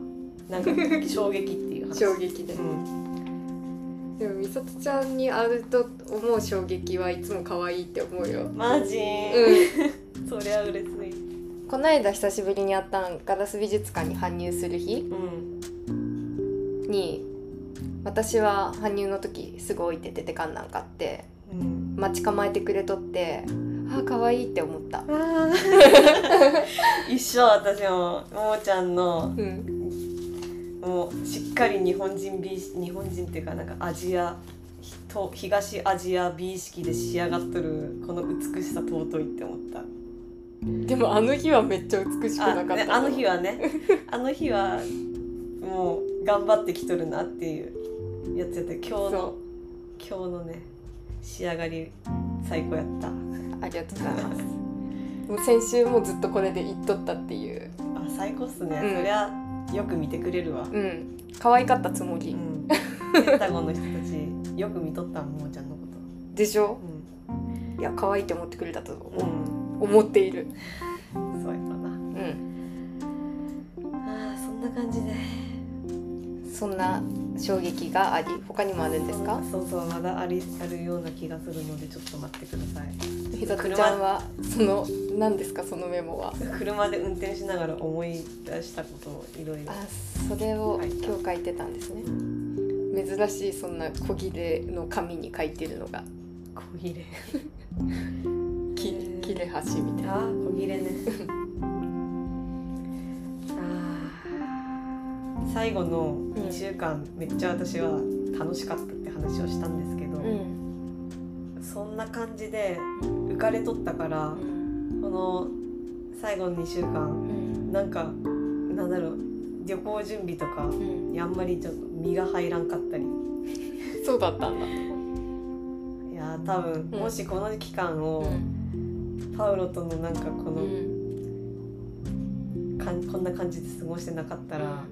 B: なんか衝撃っていう
A: あ
B: 話
A: 衝撃で
B: うん、
A: でも美里ちゃんに会うと思う衝撃はいつも可愛いって思うよ
B: マジ
A: う
B: そりゃ嬉しい
A: んこの間久しぶりに会ったんガラス美術館に搬入する日
B: うん
A: に私は搬入の時すぐ置いて出てかんなんかって
B: うん
A: 待ち構えてくれとってあー可愛いって思った
B: あー一緒私もももちゃんの
A: うん
B: もうしっかり日本人美意識日本人っていうかなんかアジアひと東アジア美意識で仕上がっとるこの美しさ尊いって思った
A: でもあの日はめっちゃ美しくなか
B: あ,、
A: った
B: ね、あの日はねあの日はもう頑張ってきとるなっていうやつやった今日の
A: そ
B: 今日のね仕上がり最高やったあ
A: ありがとうございますもう先週もずっとこれで言っとったっていう
B: 最高っすね、
A: うん
B: そりゃよく見てくれるわう
A: うん可愛かったつもり、
B: んペンタゴンの人たちよく見とったももちゃんのこ
A: でしょ
B: とう、
A: いや可愛いって思ってくれたと思うん思っている
B: うん、そうやったな
A: うん
B: 感じで
A: そんな衝撃があり他にもあるんですか
B: そうそうまだありあるような気がするのでちょっと待ってください
A: ひざとちゃんはその何ですかそのメモは
B: 車で運転しながら思い出したことをいろいろ
A: あそれを今日書いてたんですね珍しいそんな小切れの紙に書いてるのが
B: 小切れ
A: き切れ端みたいな
B: あー小切れねあー最後の2週間、めっちゃ私は楽しかったって話をしたんですけど、
A: うん
B: そんな感じで浮かれとったから、この最後の2週間
A: うん
B: なんかなんだろう旅行準備とか
A: うん
B: にあんまりちょっと身が入らんかったり
A: そうだったんだ
B: いやー多分、
A: うん
B: もしこの期間
A: う
B: を
A: ん
B: パウロとのなんかこ
A: う
B: の、
A: ん
B: かんこんな感じで過ごしてなかったら、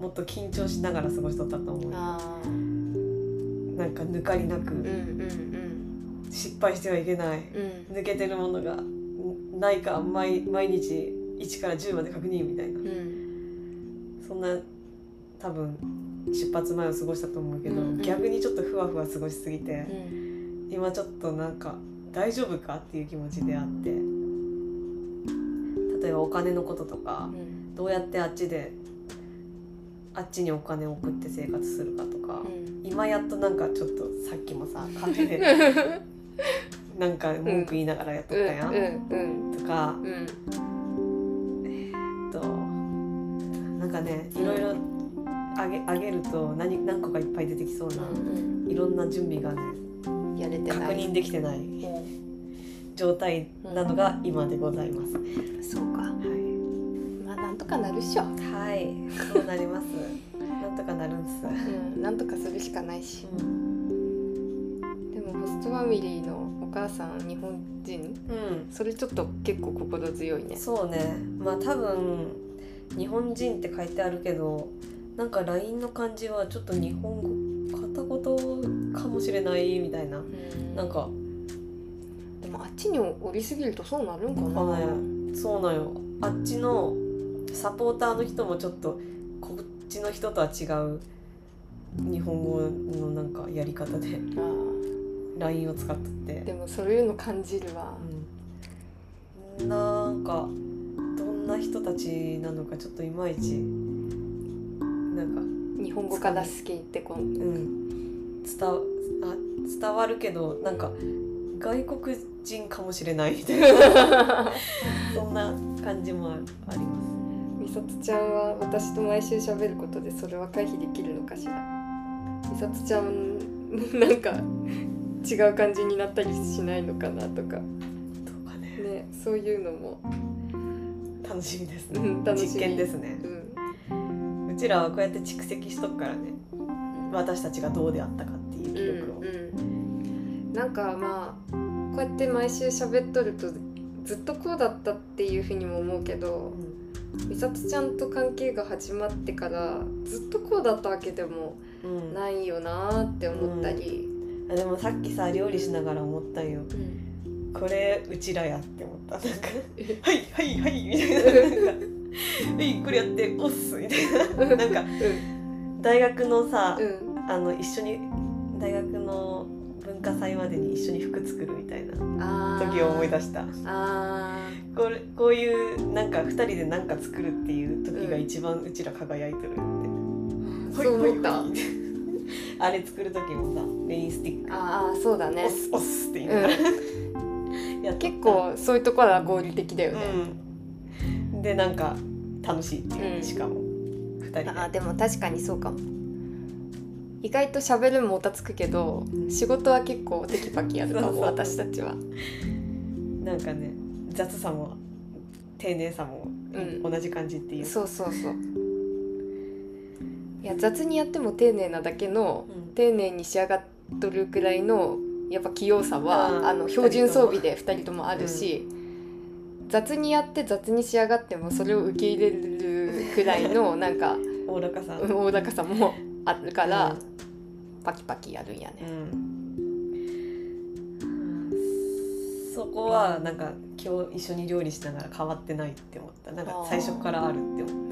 B: もっと緊張しながら過ごしとったと思う
A: あー
B: なんか抜かりなく、
A: うんうん
B: 失敗してはいけない
A: うんうん
B: 抜けてるものがんないか毎毎日1から10まで確認みたいな
A: うん
B: そんな多分出発前を過ごしたと思うけど、
A: うんうん
B: 逆にちょっとふわふわ過ごしすぎて、
A: うん
B: 今ちょっとなんか大丈夫かっていう気持ちであって例えばお金のこととか
A: うん
B: どうやってあっちであっちにお金を送って生活するかとか、今やっとなんかちょっとさっきも さカフェでなんか文句言いながらやっとったやん、
A: うん
B: とか
A: うんうん
B: となんかねいろいろあげあげると何何個かいっぱい出てきそうな、
A: う
B: いろんな準備がね
A: んやれてない
B: 確認できてない
A: も
B: 状態なのが今でございます。
A: うそうか
B: はい
A: まあなんとかなるっしょ、
B: はい、そうなり ます。なんとかなるんです。
A: うん、なんとかするしかないし
B: うん、
A: でもホストファミリーのお母さん日本人それちょっと結構心強いね
B: そうね。まあ多分日本人って書いてあるけど、なんか LINE の感じはちょっと日本語片言かもしれないみたいな。なんか
A: でもあっちにおりすぎるとそうなるんかな
B: あそうなんよ。あっちのサポーターの人もちょっとこっちの人とは違う日本語のなんかやり方で
A: あー
B: LINE を使っとって。
A: でもそういうの感じるわ
B: うんなんかどんな人たちなのかちょっといまいちなんか、
A: 日本語から好きってこ
B: うんん、伝わあ伝わるけどなんか外国人かもしれないみたいなそんな感じもああります。
A: みさとちゃんは私と毎週喋ることでそれは回避できるのかしらみさとちゃんなんか違う感じになったりしないのかなとか
B: どうかね
A: ねそういうのも、
B: 楽しみです
A: う
B: ね。
A: ん、楽しみ
B: 実験ですね
A: う。ん
B: うちらはこうやって蓄積しとくからね私たちがどうであったかっていう記録を。
A: うん、なんかまあこうやって毎週喋っとるとずっとこうだったっていうふうにも思うけど美里ちゃんと関係が始まってからずっとこうだったわけでも
B: うんうん
A: ないよなーって思ったり、
B: あでもさっきさ料理しながら思ったんよ。
A: うん
B: これうちらやって思ったなんか
A: え
B: 「はいはいはい」みたいななんか 「えいこれやっておっす」みたい ななんか大学のさ
A: うんうん
B: あの一緒に大学の文化祭までに一緒に服作るみたいな
A: あー
B: 時を思い出した
A: あ
B: これこういうなんか2人で何か作るっていう時が一番うちら輝いてるって、
A: ー
B: ほい
A: そう
B: ほい
A: 思った
B: ほい ってあれ作る時もさレインスティック
A: あーそうだ
B: 「お
A: ね
B: っすおっす」って言いながら、やっとった
A: 結構そういうところは合理的だよね、
B: うん、でなんか楽しいっていう、
A: うん
B: しかも2人で
A: あーでも確かにそうかも意外と喋るもたつくけど仕事は結構テキパキやるか
B: そう
A: も
B: そう
A: 私たちは
B: なんかね雑さも丁寧さも、
A: うん
B: 同じ感じっていう
A: そうそうそういや雑にやっても丁寧なだけの丁寧に仕上がっとるくらいのやっぱ器用さは
B: あー
A: あの標準装備で2人ともあるし、雑にやって雑に仕上がってもそれを受け入れるくらい のなんか
B: うんおおらかさ
A: 大高さもあるから、
B: うん
A: パキパキやるんやね。
B: うんそこはなんか今日一緒に料理しながら変わってないって思ったなんか最初からあるって思っ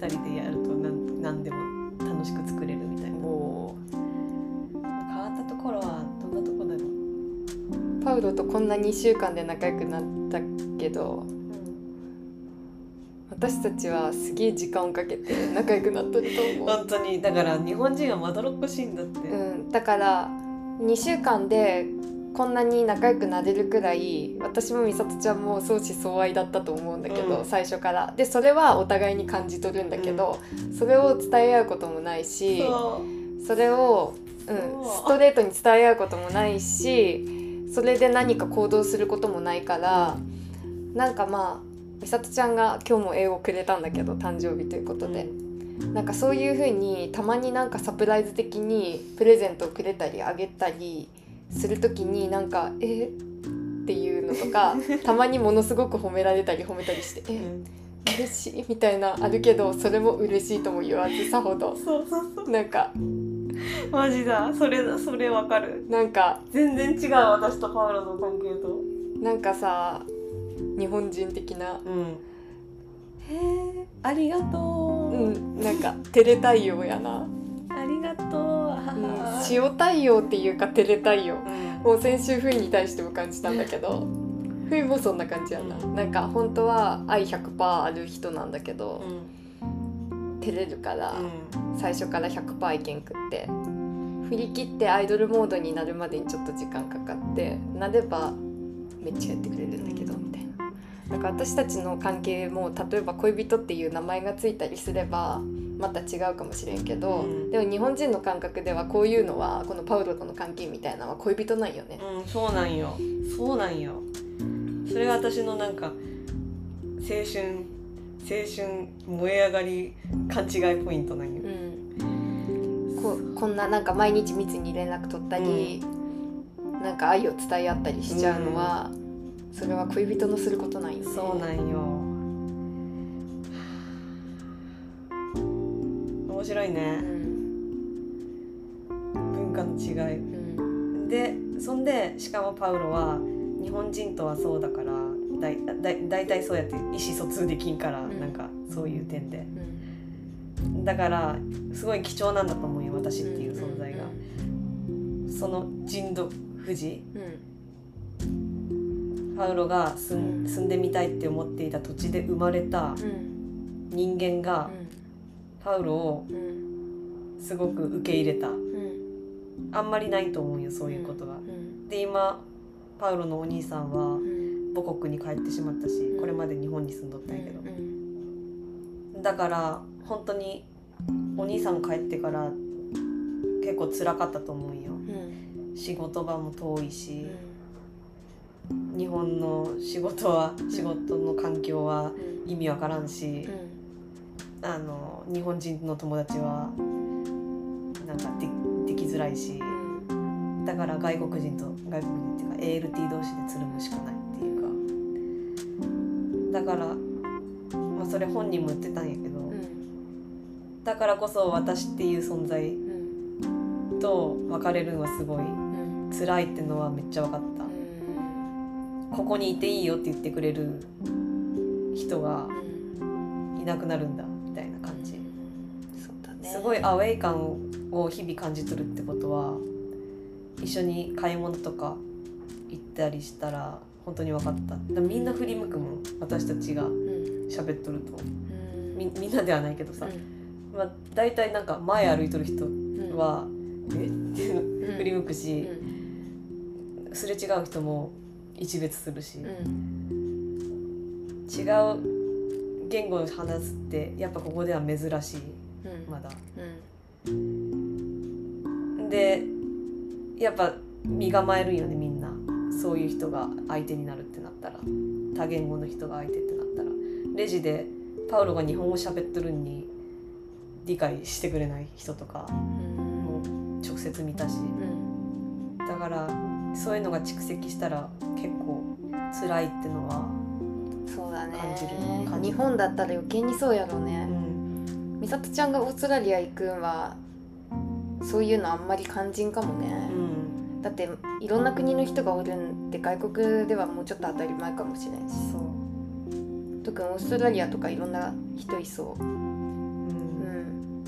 B: た2人でやると何何でも楽しく作れるみたいな
A: お
B: 変わったところはどんなとこだろう、
A: ーパウロとこんな2週間で仲良くなったけど私たちはすげえ時間をかけて仲良くなっとると思う
B: 本当にだから日本人はまどろっこしいんだって、
A: うん、だから2週間でこんなに仲良くなれるくらい私も美里ちゃんも相思相愛だったと思うんだけど、
B: うん
A: 最初からでそれはお互いに感じ取るんだけど、それを伝え合うこともないし
B: そう
A: それを、うん、
B: そう
A: ストレートに伝え合うこともないしそれで何か行動することもないからなんかまあ美里ちゃんが今日も英語くれたんだけど誕生日ということで、なんかそういう風にたまになんかサプライズ的にプレゼントをくれたりあげたりする時になんか「えっていうのと かたまにものすごく褒められたり褒めたりして「
B: う
A: え
B: ん
A: 嬉しい」みたいなあるけどそれも嬉しいとも言わずさほど
B: そうそうそ
A: なんか
B: うマジだそれだそれわかる
A: なんか
B: 全然違う私とパウロの関係と
A: なんかさ日本人的な
B: うんへえありがと
A: う
B: う、
A: んなんか照れ太陽やな、
B: ありがとう、あ
A: うん
B: ー、
A: 塩太陽っていうか照れ太陽
B: うん
A: もう先週ふいに対しても感じたんだけどふいもそんな感じやななんか本当は愛100%ある人なんだけど、照れるから最初から100%いけんくって振り切ってアイドルモードになるまでにちょっと時間かかってなればめっちゃやってくれるんだけどみたいな。だから私たちの関係も例えば恋人っていう名前がついたりすればまた違うかもしれんけど、
B: うん
A: でも日本人の感覚ではこういうのはこのパウロとの関係みたいなのは恋人なんよね。
B: うん、うん、そうなんよそうなんよそれが私のなんか青春青春燃え上がり勘違いポイントなんよ、
A: うん、ここんななんか毎日密に連絡取ったり、なんか愛を伝え合ったりしちゃうのは、それは恋人のすることなんよね。
B: そうなんよ面白いうね
A: ん
B: 文化の違い
A: うん
B: でそんでしかもパウロは日本人とはそうだからだいだい大体そうやって意思疎通できんから、
A: うん
B: なんかそういう点で
A: うん
B: だからすごい貴重なんだと思うよ私っていう存在が、その人道富士
A: うん
B: パウロが住
A: うん
B: ん住んでみたいって思っていた土地で生まれた
A: うん
B: 人間
A: う
B: が
A: ん
B: パウロを
A: うんうん
B: すごく受け入れた
A: うん
B: あんまりないと思うよそういうことが
A: う。ん
B: で今パウロのお兄さんは
A: うん
B: 母国に帰ってしまったしこれまで日本に住んどったんやけど
A: う、ん
B: だから本当にお兄さん帰ってから結構辛かったと思うよ
A: うん
B: 仕事場も遠いし、日本の仕事は仕事の環境は意味わからんし、あの日本人の友達はなんかでできづらいしだから外国人と外国人っていうか ALT 同士でつるむしかないっていうかだから、まあ、それ本人も言ってたんやけど、だからこそ私っていう存在と別れるのはすごい辛いってのはめっちゃ分かった、ここにいていいよって言ってくれる人がいなくなるんだみたいな感じ、
A: そうだね。
B: すごいアウェイ感を日々感じ取るってことは一緒に買い物とか行ったりしたら本当に分かっただからみんな振り向くもん私たちが
A: うん
B: 喋っとると
A: うん
B: みみんなではないけどさ、
A: う
B: まあ、大体なんか前歩いとる人
A: ん
B: は「えっ?」ていうの
A: うん
B: 振り向く
A: う
B: し、
A: ん
B: すれ違う人も一別するし、
A: うん
B: 違う言語を話すってやっぱここでは珍しい
A: うん
B: まだ。
A: うん
B: でやっぱ身構えるんよねみんなそういう人が相手になるってなったら多言語の人が相手ってなったらレジでパウロが日本語喋っとるんに理解してくれない人とか
A: うん
B: も直接見たし
A: うん
B: だからそういうのが蓄積したら結構辛いってのは、
A: そうだね
B: 感じる感じる
A: 日本だったら余計にそうやろう
B: う
A: ね、
B: ん、
A: 美里ちゃんがオーストラリア行くんはそういうのあんまり肝心かもね
B: う、ん
A: だっていろんな国の人がおるんで外国ではもうちょっと当たり前かもしれないし
B: そう、
A: 特にオーストラリアとかいろんな人いそうう、うん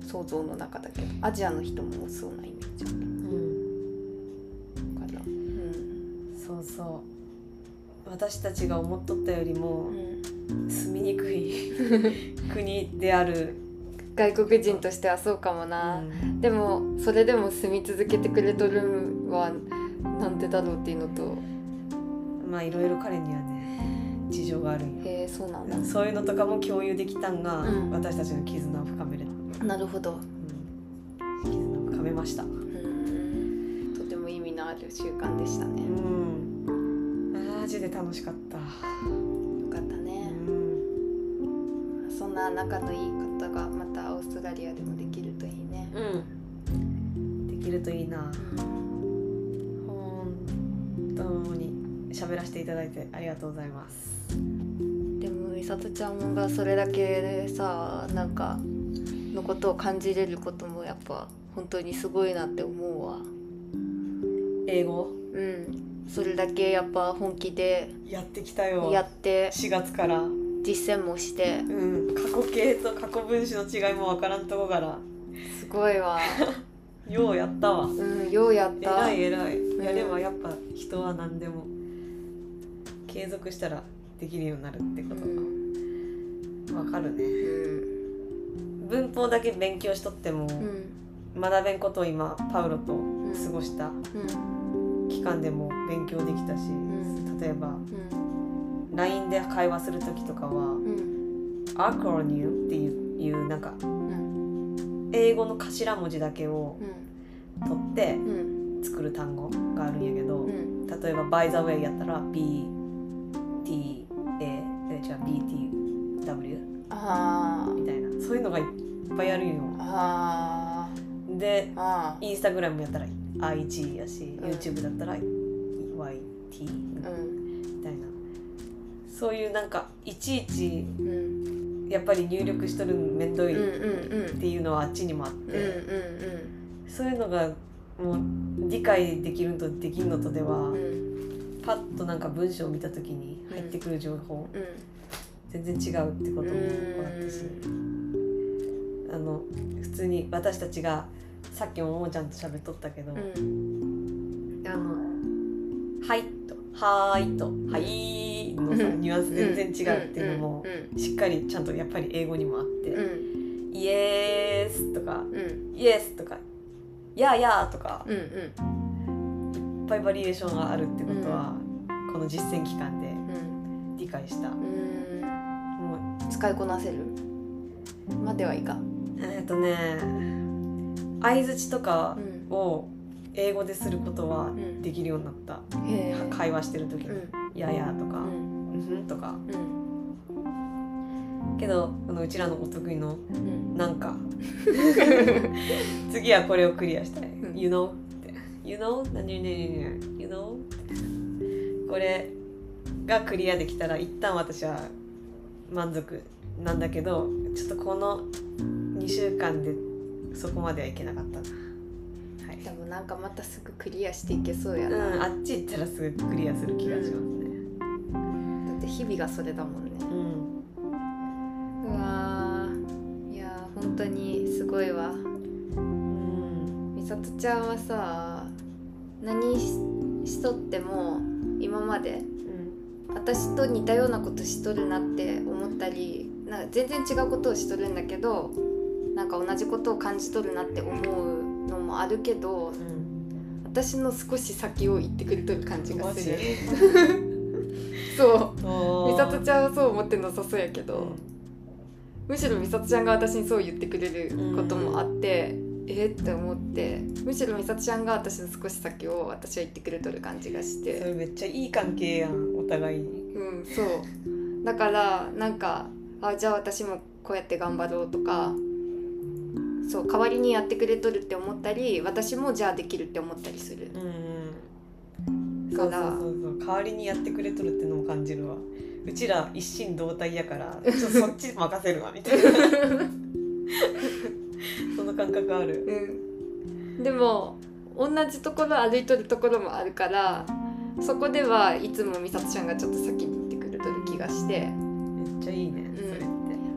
A: ん、想像の中だけどアジアの人も多そうなイメージあるからうん
B: そうそう私たちが思っとったよりも住みに くい国である、
A: 外国人としてはそうかもな、でもそれでも住み続けてくれとるんはなんでだろうっていうのと
B: まあいろいろ彼にはね事情があるんよ
A: へえそうなんだ
B: そういうのとかも共有できたんが、
A: うん
B: 私たちの絆を深める、
A: なるほど
B: うん絆を深めました
A: うんとても意味のある習慣でしたね、
B: うんマジで楽しかった、
A: よかった
B: う
A: ね、
B: ん、
A: そんな仲のいい方がまたオーストラリアでもできるといいね、
B: できるといいな本当に喋らせていただいてありがとうございます
A: でも美里ちゃんがそれだけさなんかのことを感じれることもやっぱ本当にすごいなって思うわ
B: 英語
A: うんそれだけやっぱ本気で
B: やってきたよ
A: やって
B: 4月から、うん、
A: 実践もして
B: 過去形と過去分詞の違いもわからんとこから
A: すごいわ
B: ようやったわ
A: うんようやった
B: 偉い偉い
A: ん
B: やればやっぱ人は何でも継続したらできるようになるってこ
A: う
B: と
A: ん
B: がわかるね
A: うん
B: 文法だけ勉強しとっても、
A: うん
B: 学べんことを今パウロと過ごした期間でも勉強できたし、
A: ん
B: 例えば
A: うん
B: LINE で会話する時とかは
A: うん
B: 「アクロニュー」っていういうなんか
A: うん
B: 英語の頭文字だけを取って
A: うんうん
B: 作る単語があるんやけど、
A: うん
B: 例えば「by the way」やったら BTA えじゃあ BTW
A: あー
B: みたいなそういうのがいっぱいあるんよ
A: あ
B: で
A: ーあー
B: インスタグラムやったら IG やし、
A: ん
B: YouTube だったら YT み
A: うん
B: たいなそういうなんかいちいち
A: うん
B: やっぱり入力しとるのめんど
A: うんう
B: いっ
A: んうん
B: ていうのはあっちにもあっ
A: うんうん
B: て、そういうのがもう理解できるのとできんのとでは、
A: うんうん
B: パッとなんか文章を見た時に入ってくる情報、全然違うってことも分かったしあの普通に私たちがさっきもももちゃんと喋っとったけど、
A: うん
B: あの「はい」と「はーい」と「はい」のさニュアンス全然違うっていうのも
A: うん
B: しっかりちゃんとやっぱり英語にもあって
A: うん
B: 「イエース」とか
A: うん
B: 「イエス」とか「やあやあ」とか
A: うんうん
B: いっぱいバリエーションがあるってことはこの実践期間で
A: うん
B: 理解した。も
A: うん
B: う
A: 使いこなせるまではいかん
B: えっとね相づちとか
A: うん
B: を英語ですることは
A: ん
B: できるようになった、
A: へえ
B: 会話してる時に「
A: うん
B: やや」と
A: う
B: か「
A: ん
B: うんふん」とか
A: うん
B: けどこのうちらのお得意の
A: うん
B: なんか次はこれをクリアしたい「
A: ん
B: you know」って「you know」何々々々 you know これがクリアできたら一旦私は満足なんだけどちょっとこの2週間でそこまではいけなかったなはい
A: でもなんかまたすぐクリアしていけそうやな、
B: うん、
A: だ
B: あっち行ったらすぐクリアする気がしますね。
A: って日々がそれだもんね
B: うん、
A: うわーいやー本当にすごいわ
B: うん、
A: 美里ちゃんはさ何ししとっても今まで私と似たようなことしとるなって思ったりなんか全然違うことをしとるんだけどなんか同じことを感じとるなって思うのもあるけど
B: うん、
A: 私の少し先を行ってくれとる感じが
B: マ
A: す
B: ジ
A: る。そう美
B: 美
A: 里ちゃんはそう思ってなさそうやけどむしろ美里ちゃんが私にそう言ってくれることもあって、えーって思ってむしろ美里ちゃんが私の少し先を私は言ってくれとる感じがして。
B: それめっちゃいい関係やん、お互いに。
A: うん、そうだからなんかあじゃあ私もこうやって頑張ろうとかそう代わりにやってくれとるって思ったり私もじゃあできるって思ったりする
B: うん、そ
A: か
B: うそう
A: ら
B: そうそう、代わりにやってくれとるってのも感じるわ。うちら一心同体やから、ちょっとそっち任せるわみたいな。その感覚ある。
A: うんでも同同じところ歩いとるところもあるからそこではいつも美里ちゃんがちょっと先に行ってくれとる気がして
B: めっちゃいいね、それって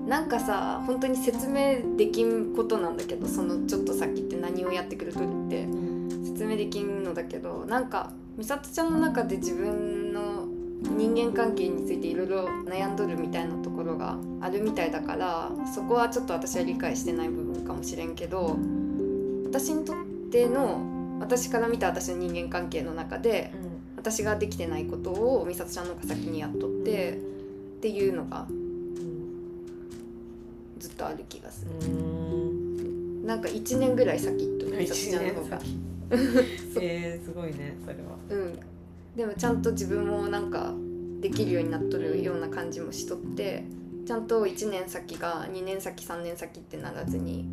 A: なんかさ本当に説明できんことなんだけどそのちょっと先って何をやってくれとるって説明できんのだけどなんか美里ちゃんの中で自分の人間関係についていろいろ悩んどるみたいなところがあるみたいだからそこはちょっと私は理解してない部分かもしれんけど私にとっての私から見た私の人間関係の中で私ができてないことを美里ちゃんの方が先にやっとってっていうのが
B: うん
A: ずっとある気がする。
B: うん
A: なんか1年ぐらい先行っとる美里ちゃんの方が。
B: えー、すごいねそれは
A: うん、でもちゃんと自分もなんかできるようになっとるような感じもしとってちゃんと1年先が2年先3年先ってならずに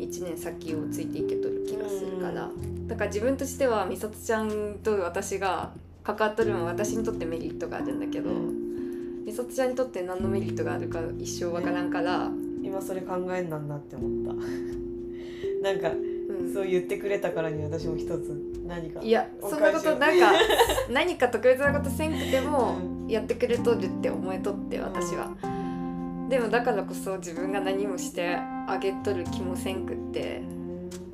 A: 1年先をついていけとる気がするからだから自分としては美里ちゃんと私が関わっとるのは私にとってメリットがあるんだけど美里ちゃんにとって何のメリットがあるか一生わからんから、うん、
B: 今それ考えんなんだって思った なんかそう言ってくれたからに私も一つ何か
A: いや
B: お
A: そんな
B: 返し
A: こ
B: を
A: となん か何か特別なことせんくても
B: う
A: やってくれとるって思えとって私は、でもだからこそ自分が何もしてあげとる気もせんくって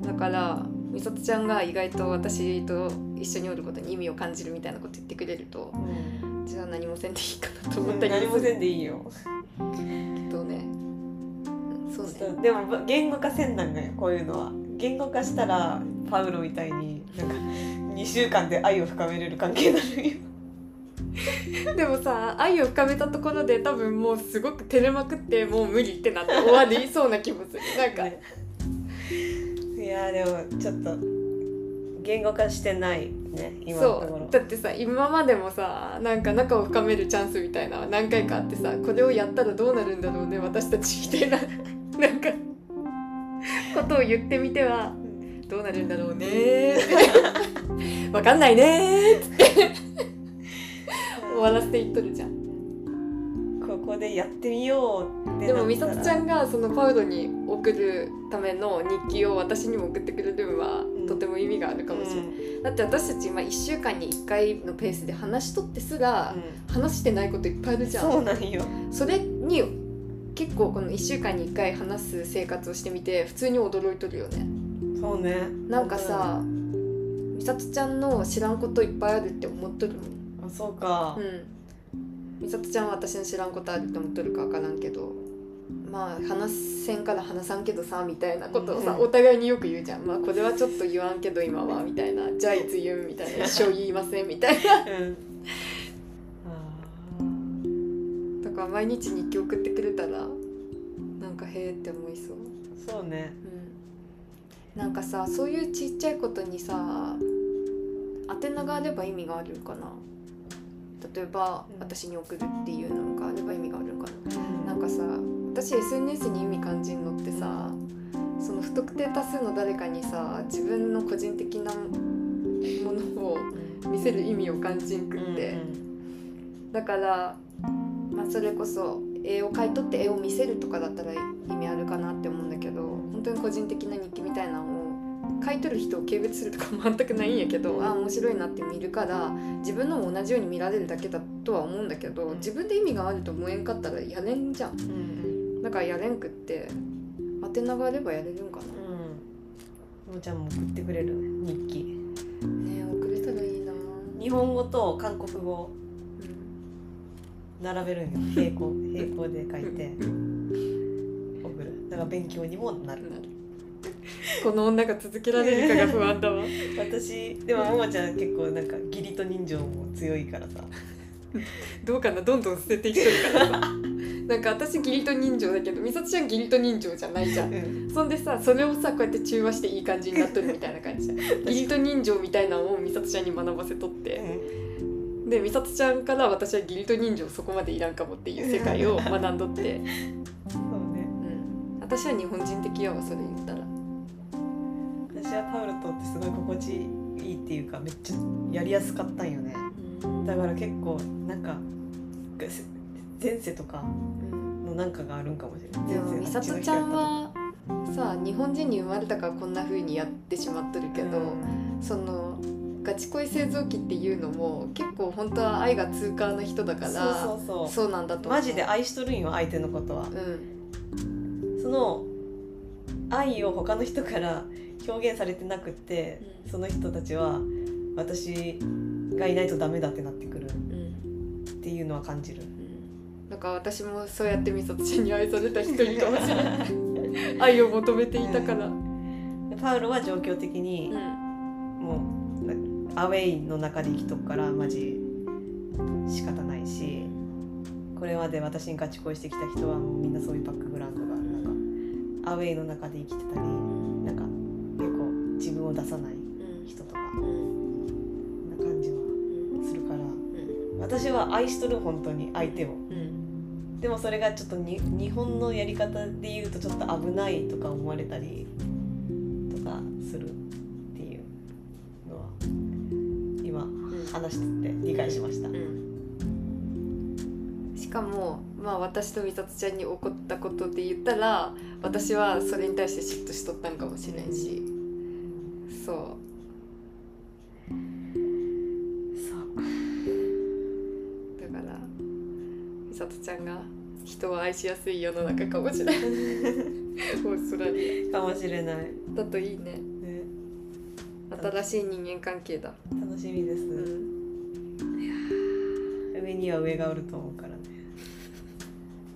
A: だからみさとちゃんが意外と私と一緒におることに意味を感じるみたいなこと言ってくれると
B: うん
A: じゃあ何もせんでいいかなと思ったり
B: 何
A: も
B: も
A: する
B: せんでいいよ
A: けどねうんそうね
B: でも言語化せんなんがよこういうのは言語化したらパウロみたいになんか2週間で愛を深めれる関係になるよ
A: でもさ愛を深めたところで多分もうすごく照れまくってもう無理ってなって終わりそうな気もするなんか、
B: ねいやーでもちょっと言語化してないね今のとこ
A: そ
B: ろ
A: うだってさ今までもさなんか仲を深めるチャンスみたいな何回かあってさこれをやったらどうなるんだろうね私たちみたいな なんかことを言ってみてはどうなるんだろうね ーわかんないねーって終わらせていっとるじゃん
B: ここでやってみようって
A: で
B: なったら
A: も美里ちゃんがそのパウロに送るための日記を私にも送ってくれるのは
B: うん
A: とても意味があるかもしれない、だって私たち今1週間に1回のペースで話しとってすら
B: うん、うん
A: 話してないこといっぱいあるじゃん
B: そうなんよ
A: それに結構この1週間に1回話す生活をしてみて普通に驚いとるよね
B: そうね
A: なんかさ、美里ちゃんの知らんこといっぱいあるって思っとるもん
B: あそうか、
A: うん美里ちゃんは私の知らんことあるって思っとるか分からんけどまあ話せんから話さんけどさみたいなことをさ、
B: うん
A: お互いによく言うじゃんまあこれはちょっと言わんけど今はみたいなじゃあいつ言うみたい な一生言いませんみたいな
B: うん
A: だ
B: あ
A: から毎日日記送ってくれたらなんかへえって思いそう
B: ーそうね
A: うんなんかさそういうちっちゃいことにさ宛名があれば意味があるかな例えば、
B: うん
A: 私に送るっていうのがあれば意味があるかななんかさ私 SNS に意味感じるのってさその不特定多数の誰かにさ自分の個人的なものを
B: うん
A: 見せる意味を感じんくって、
B: うん
A: だから、まあ、それこそ絵を描いとって絵を見せるとかだったら意味あるかなって思うんだけど本当に個人的な日記みたいなのを描いとる人を軽蔑するとかも全くないんやけど、
B: うん
A: ああ面白いなって見るから自分のも同じように見られるだけだとは思うんだけど自分で意味があると思えんかったらやれんじゃん
B: うんうん
A: だからやれんくって宛名があればやれるんかな
B: うんもーちゃんも送ってくれる日記
A: ねえ遅れたらいいな、
B: 日本語と韓国語を
A: うん
B: 並べるんよ平行平行で書いて送るだから勉強にもなる
A: なるこの女が続けられるかが不安だわ
B: 私でもももちゃん結構なんか義理と人情も強いからさ
A: どうかなどんどん捨てていく からさなんか私義理と人情だけど美里ちゃん義理と人情じゃないじゃん
B: うん
A: そんでさそれをさこうやって中和していい感じになっとるみたいな感じじ ゃん義理と人情みたいなのを美里ちゃんに学ばせとってで美里ちゃんから私は義理と人情そこまでいらんかもっていう世界を学んどって、
B: そうね
A: うん、私は日本人的やわそれ言ったら
B: 私はパウロとってすごい心地いいっていうかめっちゃやりやすかったんよねだから結構なんか前世とかのなんかがあるんかもしれない
A: でも
B: 前
A: 美
B: 世あっちの
A: 里
B: 人
A: ちゃんはさあ日本人に生まれたからこんな風にやってしまっとるけど、
B: うん
A: そのガチ恋製造機っていうのも結構本当は愛が通過の人だから
B: そうそうそ
A: そうなんだと
B: う
A: 思う
B: マジで愛しとるんよ相手のことは
A: うん
B: その愛を他の人から表現されてなくって
A: うん
B: その人たちは私がいないとダメだってなってくるっ
A: うん
B: ていうのは感じる
A: うんなんか私もそうやって美里ちゃんに愛された一人かもしれない愛を求めていたから、
B: で パウロは状況的に
A: ん
B: もうアウェイの中で生きとくからマジ仕方ないしこれまで私にガチ恋してきた人はみんなそういうバックグラウンドがなんかアウェイの中で生きてたりなんか結構自分を出さない人とかな感じはするから私は愛しとる本当に相手をでもそれがちょっとに日本のやり方で言うとちょっと危ないとか思われたりとかするっていうのは今話してて理解しました。
A: しかも、まあ、私と美里ちゃんに起こったことで言ったら私はそれに対して嫉妬しとったんかもしれんしそ
B: そうか
A: うだから美里ちゃんが人を愛しやすい世の中かもしれ ないオーストラリ
B: かもしれない、
A: アだといいね
B: ね、
A: 新しい人間関係だ、
B: 楽しみです、
A: うん、
B: 上には上がおると思うからね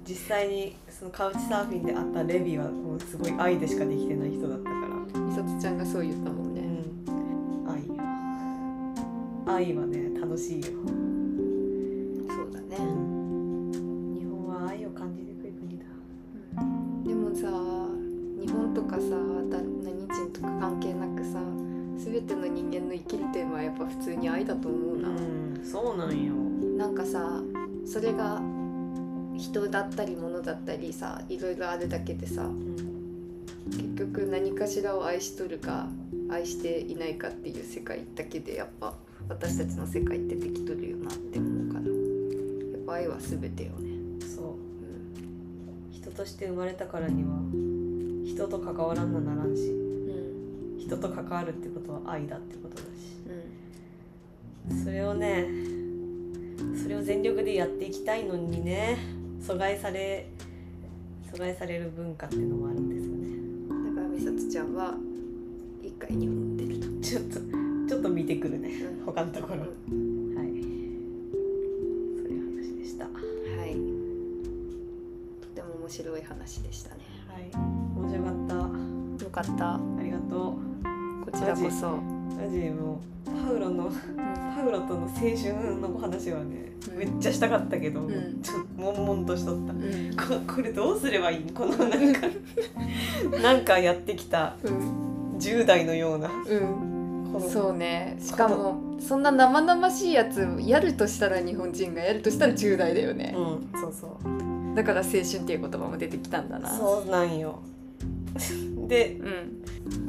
B: 実際にそのカウチサーフィンで会ったレビーはもうすごい愛でしかできてない人だったから
A: 美里ちゃんがそう言ったもんね、
B: うん愛よ愛はね楽しいよ、
A: そうだね、
B: 日本は愛を感じにくい国だ
A: でもさ日本とかさだ何人とか関係なくさ全ての人間の生きるテーマはやっぱ普通に愛だと思うな、
B: んそうなんよ
A: なんかさそれが人だったり物だったりさいろいろあるだけでさ
B: うん
A: 結局何かしらを愛しとるか愛していないかっていう世界だけでやっぱ私たちの世界ってできとるよなって思うからやっぱ愛は全てよね、
B: そ
A: う
B: う人として生まれたからには人と関わらんなならんし
A: んうん
B: 人と関わるってことは愛だってことだしそれをねそれを全力でやっていきたいのにね阻害され阻害される文化っていうのもあるんですよね
A: だから美里ちゃんは一回日本出ると。
B: ちょっとちょっと見てくるね他のところはいそういう話でしたは
A: はい。とても面白い話でしたね。
B: い面白かっ
A: よかった。
B: たありがと
A: こちらこそ。
B: うマジもうパウロのパウロとの青春のお話はねめっちゃしたかったけど、
A: ん
B: ちょっと悶々としとった
A: うん。
B: ここれどうすればいいこのなん かなんかやってきた
A: うん。
B: 10代のような
A: うん。
B: この
A: そうね。しかもそんな生々しいやつやるとしたら日本人がやるとしたら10代だよね。
B: うん、そうそう
A: だから青春っていう言葉も出てきたんだな。
B: そうなんよ で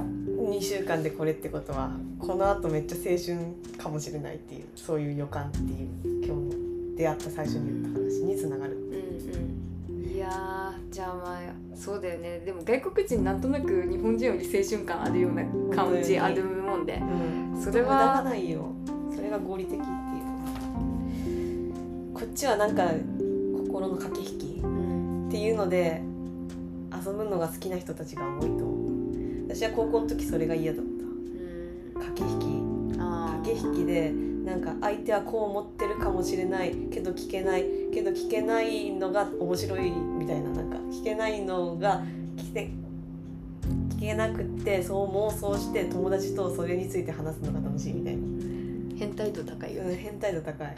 A: うん。
B: 2週間でこれってことはこのあとめっちゃ青春かもしれないっていうそういう予感っていう今日の出会った最初に言った話につながる
A: うんうん。いやーじゃあまあそうだよねでも外国人なんとなく日本人より青春感あるような感じあるもんで
B: うん
A: それ
B: 無駄が
A: は
B: ないよそれが合理的っていうこっちはなんか心の駆け引き
A: うん
B: っていうので遊ぶのが好きな人たちが多いと思う私は高校の時それが嫌だった駆け引き
A: あー
B: 駆け引きでなんか相手はこう思ってるかもしれないけど聞けないけど聞けないのが面白いみたいななんか聞けないのが聞け聞けなくってそう妄想して友達とそれについて話すのが楽しいみたいな
A: 変態度高いよ
B: うん
A: ね。
B: 変態度 高い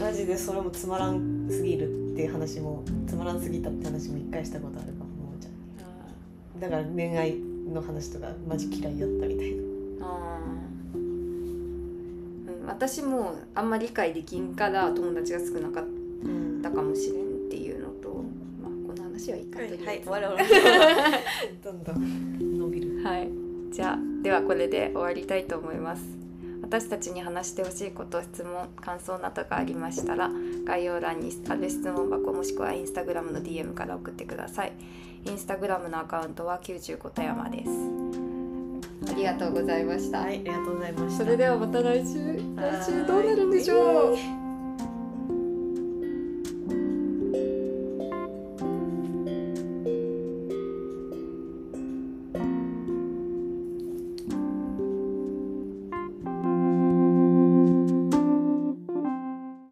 B: マジでそれもつまらんすぎるっていう話もつまらんすぎたって話も一回したことあるかもももちゃんだから恋愛の話とかマジ嫌いだったみたいな
A: あーうん、私もあんまり理解できんから友達が少なかっ
B: うん
A: たかもしれんっていうのと、まあ、この話はいいかとりあえず
B: わらわら どんどん伸びる
A: はい、じゃあではこれで終わりたいと思います私たちに話してほしいこと質問感想などがありましたら概要欄にある質問箱もしくはインスタグラムの DM から送ってくださいインスタグラムのアカウントは95田山ですありがとうございました、
B: はい、ありがとうございました。
A: それではまた来週
B: はー
A: 来
B: い
A: 週どうなるんでしょう